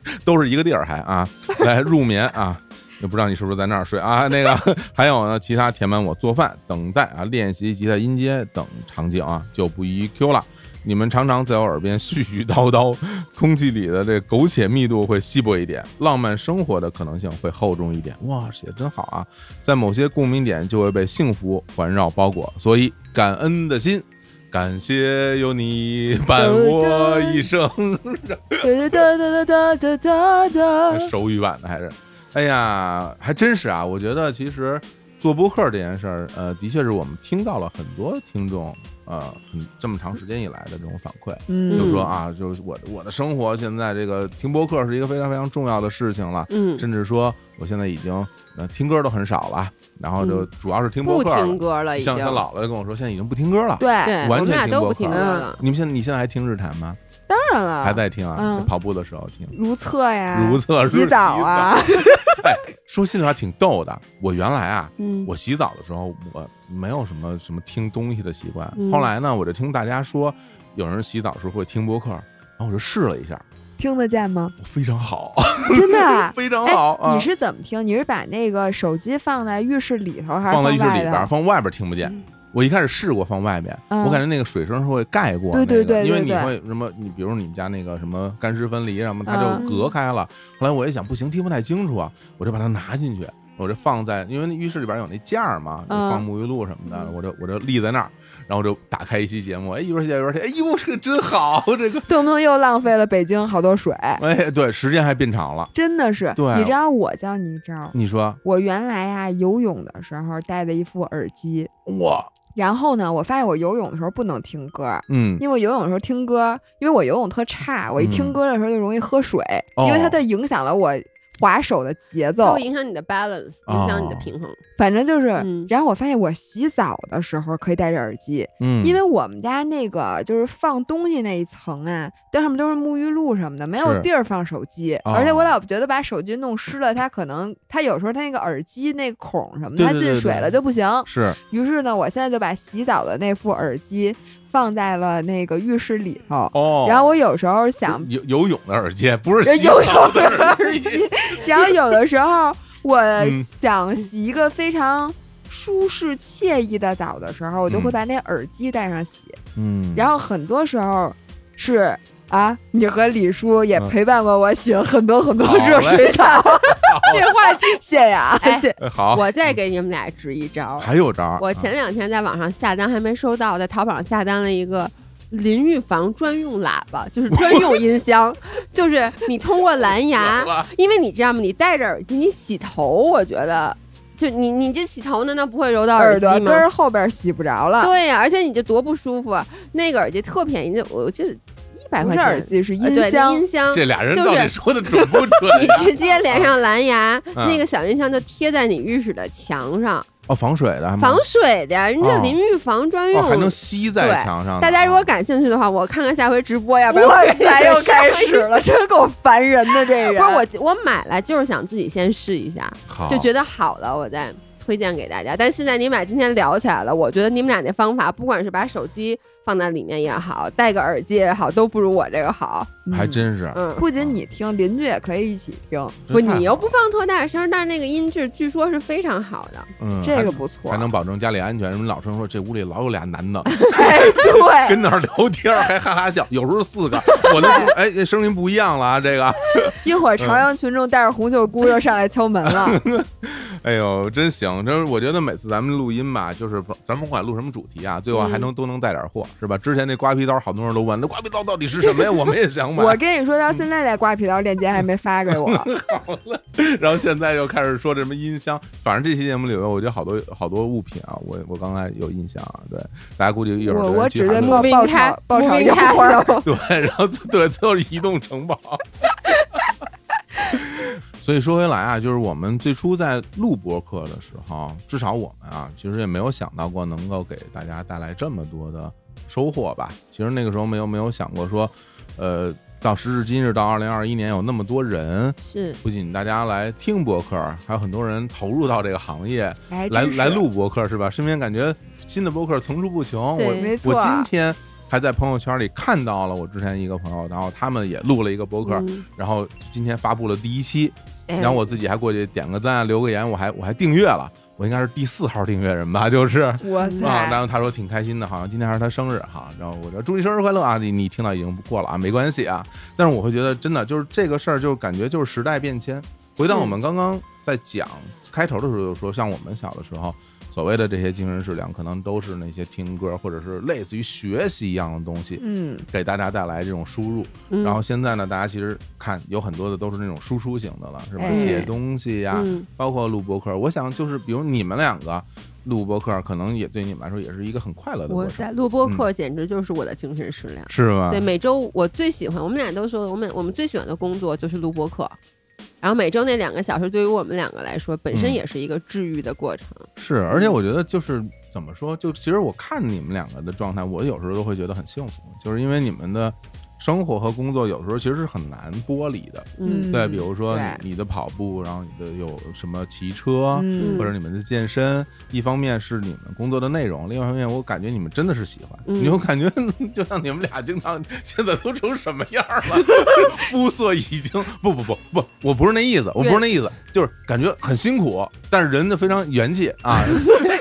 <laughs>
<laughs> 都是一个地儿还啊，来入眠啊。 <laughs> 也不知道你是不是在那儿睡啊？ <laughs> 那个还有呢，其他填满我做饭、等待啊、练习吉他音阶等场景啊，就不一一 Q 了。你们常常在我耳边絮絮叨叨，空气里的这苟且密度会稀薄一点，浪漫生活的可能性会厚重一点。哇，写得真好啊！在某些共鸣点就会被幸福环绕包裹，所以感恩的心，感谢有你伴我一生。
哒哒哒哒哒哒哒哒，
手语版的还是，哎呀，还真是啊！我觉得其实做播客这件事儿，呃，的确是我们听到了很多听众，呃，很这么长时间以来的这种反馈，
嗯，
就说啊，就是我我的生活现在这个听播客是一个非常非常重要的事情了，
嗯，
甚至说我现在已经呃听歌都很少了，然后就
嗯
主要是听播
不
客了。
听歌了，已经
像。像姥姥就跟我说，现在已经不听歌了。
对，
对，啊我
完
们
全
俩
听
都
播
不
客
听歌
了
了。
你们现在你现在还听日产吗？
当然了，
还在听啊？
嗯
跑步的时候听。
如厕呀，
如厕
哎洗澡
<laughs>
啊， <laughs>
说哎心里话挺逗的，我原来啊
嗯，
我洗澡的时候，我没有什么什么听东西的习惯。
嗯
后来呢，我就听大家说，有人洗澡的时候会听播客，然后我就试了一下，
听得见 <laughs> 吗？
非常好，。
真的啊
非常好。啊
你是怎么听？你是把那个手机放在浴室里头，还是
放在浴室
外
里边儿，
头？
放外边儿听不见。
嗯
我一开始试过放外边，
嗯
我感觉那个水声是会盖过、那
对
个，
对对对
因为你
对
会什么，你比如你们家那个什么干湿分离什么，它就
嗯
隔开了。后来我一想，不行，听不太清楚啊，我就把它拿进去，我就放在，因为那浴室里边有那架儿嘛，就
嗯
放沐浴露什么的，
嗯
我就我就立在那儿，然后就打开一期节目，哎，一边写一边听，哎呦，这个真好，这个，
动不动又浪费了北京好多水，
哎，对，时间还变长了。
<laughs> 真的是。
对
你知道我教你一招，
你说
我原来啊游泳的时候戴的一副耳机，
我，
然后呢，我发现我游泳的时候不能听歌，
嗯，
因为我游泳的时候听歌，因为我游泳特差，我一
嗯
听歌的时候就容易喝水，
哦
因为它的影响了我划手的节
它
奏
会。影响你的 balance，影响你的
哦
平衡。
反正就是，
嗯
然后我发现我洗澡的时候可以戴着耳机，
嗯，
因为我们家那个就是放东西那一层啊，但上面都是沐浴露什么的，没有
是
地儿放手机，
哦
而且我老觉得把手机弄湿了，它可能它有时候它那个耳机那个孔什么的，
对
它
对
进
对
水
对
了就不行。
是
于是呢，我现在就把洗澡的那副耳机放在了那个浴室里头。
哦，嗯
然后我有时候想
游游泳的耳机不
<laughs>
是洗
游
澡
泳
的
耳机，然后有的时候我
嗯
想洗一个非常舒适惬意的澡的时候，我就会把那耳机戴上洗。
嗯，
然后很多时候是啊，你和李叔也陪伴过我洗了很多很多
嗯好嘞
热水
<laughs>
澡，
这话题，
<laughs> 谢谢啊，
哎
谢。
哎好，
我再给你们俩支一招。
还有招啊儿，
我前两天在网上下单，还没收到，在淘宝上下单了一个淋浴房专用喇叭，就是专用音箱，
<laughs>
就是你通过
嗯
蓝牙
有了，
因为你知道吗？你戴着耳机，你洗头，我觉得就你你这洗头难道不会揉到
耳
机
朵根
吗？
儿后边洗不着了，
对呀、而且你这多不舒服啊！那个耳机特便宜，就我记得一百
不
块
是
钱
耳机是
呃对
音箱
音箱
这俩人
就
到底
是
说的准不准啊
<laughs> 你
呀、
直接连上蓝牙，
嗯
那个小音箱就贴在你浴室的墙上，
哦，防水的还吗，
防水的呀，人家
哦
淋浴房专用
哦，还能吸在
对
墙上呢。
大家如果
啊
感兴趣的话，我看看下回直播，要不然
哇 <laughs>
我
塞，又开始。了，真够烦人的这
<laughs> 不
人。
是我，我买来就是想自己先试一下，
好
就觉得好了，我再推荐给大家。但现在你们俩今天聊起来了，我觉得你们俩那方法，不管是把手机放在里面也好，戴个耳机也好，都不如我这个好。
还
嗯
真是。啊嗯
嗯，
不仅你听，邻居也可以一起听，
不，
真太
你又
好
不
了，
放特大声，但是那个音质据说是非常好的。
嗯，
这
还
个不错
还。能保证家里安全。什么老生说这屋里老有俩男
<laughs>
的
哎， <laughs> 对，
跟那儿聊天儿，还哈哈笑，有时候四
<laughs>
个，我都不哎声音不一样了啊，这个，
一会儿朝阳群众带着红袖箍就上来敲门了。 <laughs>
哎呦真行，真是我觉得每次咱们录音吧，就是不咱们不管录什么主题啊，最后还能都能带点货，是吧？之前那瓜皮刀，好多人都问那瓜皮刀到底是什么呀，我们也想买，
我跟你说，到现在那瓜皮刀链接还没发给我。
嗯然后现在又开始说这什么音箱，反正这期节目里面，我觉得好多好多物品啊，我我刚才有印象啊，对，大家估计一会儿
我
跟
我
季
只
涵
对
就
报
明
报
开
仇报仇
明
一
开
会儿
手
<laughs> 对，然后最对，最后是移动城堡。所以说回来啊，就是我们最初在录播客的时候，至少我们啊，其实也没有想到过能够给大家带来这么多的收获吧。其实那个时候没有没有想过说，呃，到时至今日到二零二一年，有那么多人，
是
不仅大家来听播客，还有很多人投入到这个行业，
哎
来
真是
来录播客是吧？身边感觉新的播客层出不穷，我
对
没错
我今天还在朋友圈里看到了我之前一个朋友，然后他们也录了一个博客，
嗯
然后今天发布了第一期，
哎
然后我自己还过去点个赞、留个言，我还我还订阅了，我应该是第四号订阅人吧，就是啊。
哇
然
塞，
后他说挺开心的，好像今天还是他生日哈。然后我说祝你生日快乐啊！你你听到已经过了啊，没关系啊。但是我会觉得真的就是这个事儿，就是感觉就是时代变迁。回到
是
我们刚刚在讲开头的时候，就说像我们小的时候，所谓的这些精神食粮，可能都是那些听歌或者是类似于学习一样的东西，
嗯，
给大家带来这种输入。
嗯
然后现在呢，大家其实看有很多的都是那种输出型的了，什么
哎
写东西呀、
嗯
包括录播客。我想就是比如你们两个录播客，可能也对你们来说也是一个很快乐的
我
过程，嗯啊
在录播课简直就是我的精神食粮。
是吗
对，？每周我最喜欢，我们俩都说了，我们我们最喜欢的工作就是录播课。然后每周那两个小时，对于我们两个来说，本身
嗯
也是一个治愈的过程。
是，而且我觉得就是怎么说，就其实我看你们两个的状态，我有时候都会觉得很幸福，就是因为你们的生活和工作有时候其实是很难剥离的。
嗯，
对，比如说
对
你你的跑步，然后你的有什么骑车，
嗯
或者你们的健身，一方面是你们工作的内容，另外一方面我感觉你们真的是喜欢，
嗯
你就感觉 <laughs> 就像你们俩经常现在都成什么样
<laughs>
了，肤色已经不不不不，我不是那意思，我不是那意思，
嗯
就是感觉很辛苦，但是人呢非常元气
<laughs>
啊。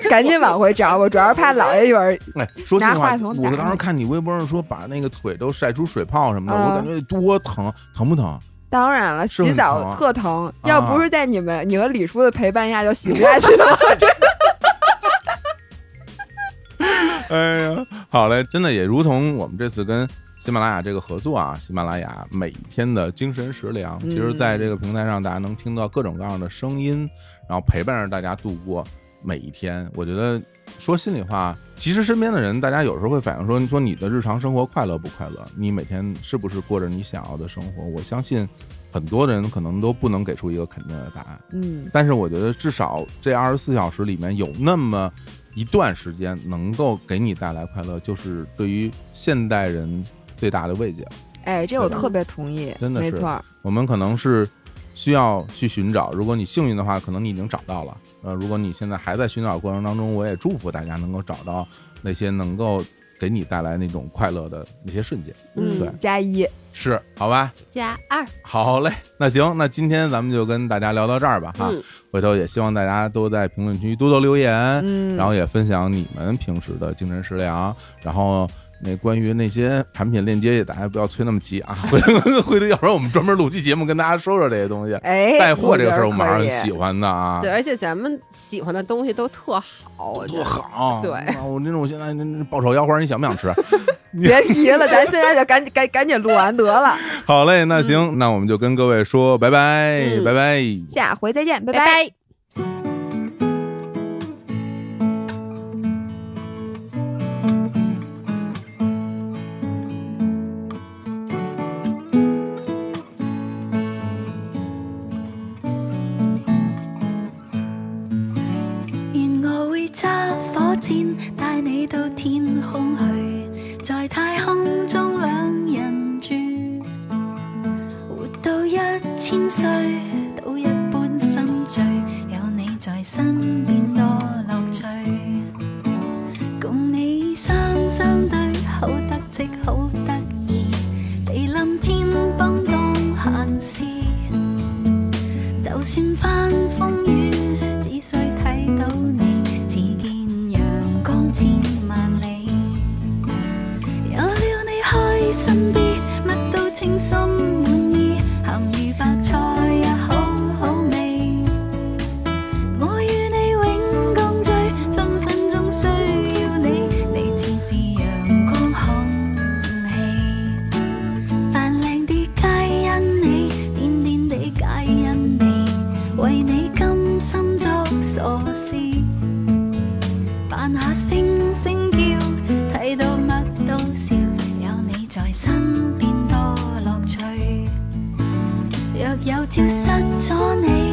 赶紧往回找，我主要是怕姥爷一会儿
哎，说心
拿
里话
话，筒
我
打
当时看你微博上说把那个腿都晒出水泡什么的，我
啊
感觉多疼，疼不疼？
当然了，
是很
洗
疼
澡
啊
特疼，
啊
要不是在你们、你和李叔的陪伴下，就洗不下去
<laughs>
了。
哎呀，好嘞，真的也如同我们这次跟喜马拉雅这个合作啊，喜马拉雅每天的精神食粮，
嗯
其实在这个平台上，大家能听到各种各样的声音，然后陪伴着大家度过每一天。我觉得说心里话，其实身边的人，大家有时候会反映说，你说你的日常生活快乐不快乐？你每天是不是过着你想要的生活？我相信很多人可能都不能给出一个肯定的答案。
嗯，
但是我觉得至少这二十四小时里面有那么一段时间能够给你带来快乐，就是对于现代人最大的慰藉。
哎，这我
对吧
特别同意，
真的是
没错儿。
我们可能是需要去寻找，如果你幸运的话，可能你已经找到了。呃，如果你现在还在寻找过程当中，我也祝福大家能够找到那些能够给你带来那种快乐的那些瞬间。
嗯
对
嗯，加一，
是，好吧，
加二，
好嘞，那行，那今天咱们就跟大家聊到这儿吧哈。
嗯，
回头也希望大家都在评论区多多留言，
嗯，
然后也分享你们平时的精神食粮，然后。那关于那些产品链接，大家不要催那么急啊！回头回头，要不然我们专门录期节目跟大家说说这些东西。
哎，
带货这个事儿，我
觉得
马上
可
很
以
喜欢的啊
对，，而且咱们喜欢的东西都特好，我觉
多
得。
好！
对
啊，我那种现在那那爆炒腰花，你想不想吃？
别提了，咱现在就赶紧赶赶紧录完得了，
好嘞，那行，那我们就跟各位说拜拜，
嗯
拜拜。
下回再见，拜
拜拜
願我會揸火箭帶你到天空去，在太空中兩人住，活到一千歲，都一般心醉，有你在嚟臨天崩當閒事，就算翻風雨，只需睇到你，自見陽光千萬里。有了你開心啲，乜都稱心滿意，鹹魚白菜也好好味。我與你永共聚，分分鐘需要你，你似是陽光空氣。扮靚啲皆因你，癲癲地皆因你，為你甘心作傻事。扮下星星叫，睇到乜都笑，有你在身邊多樂趣。若有朝失咗你，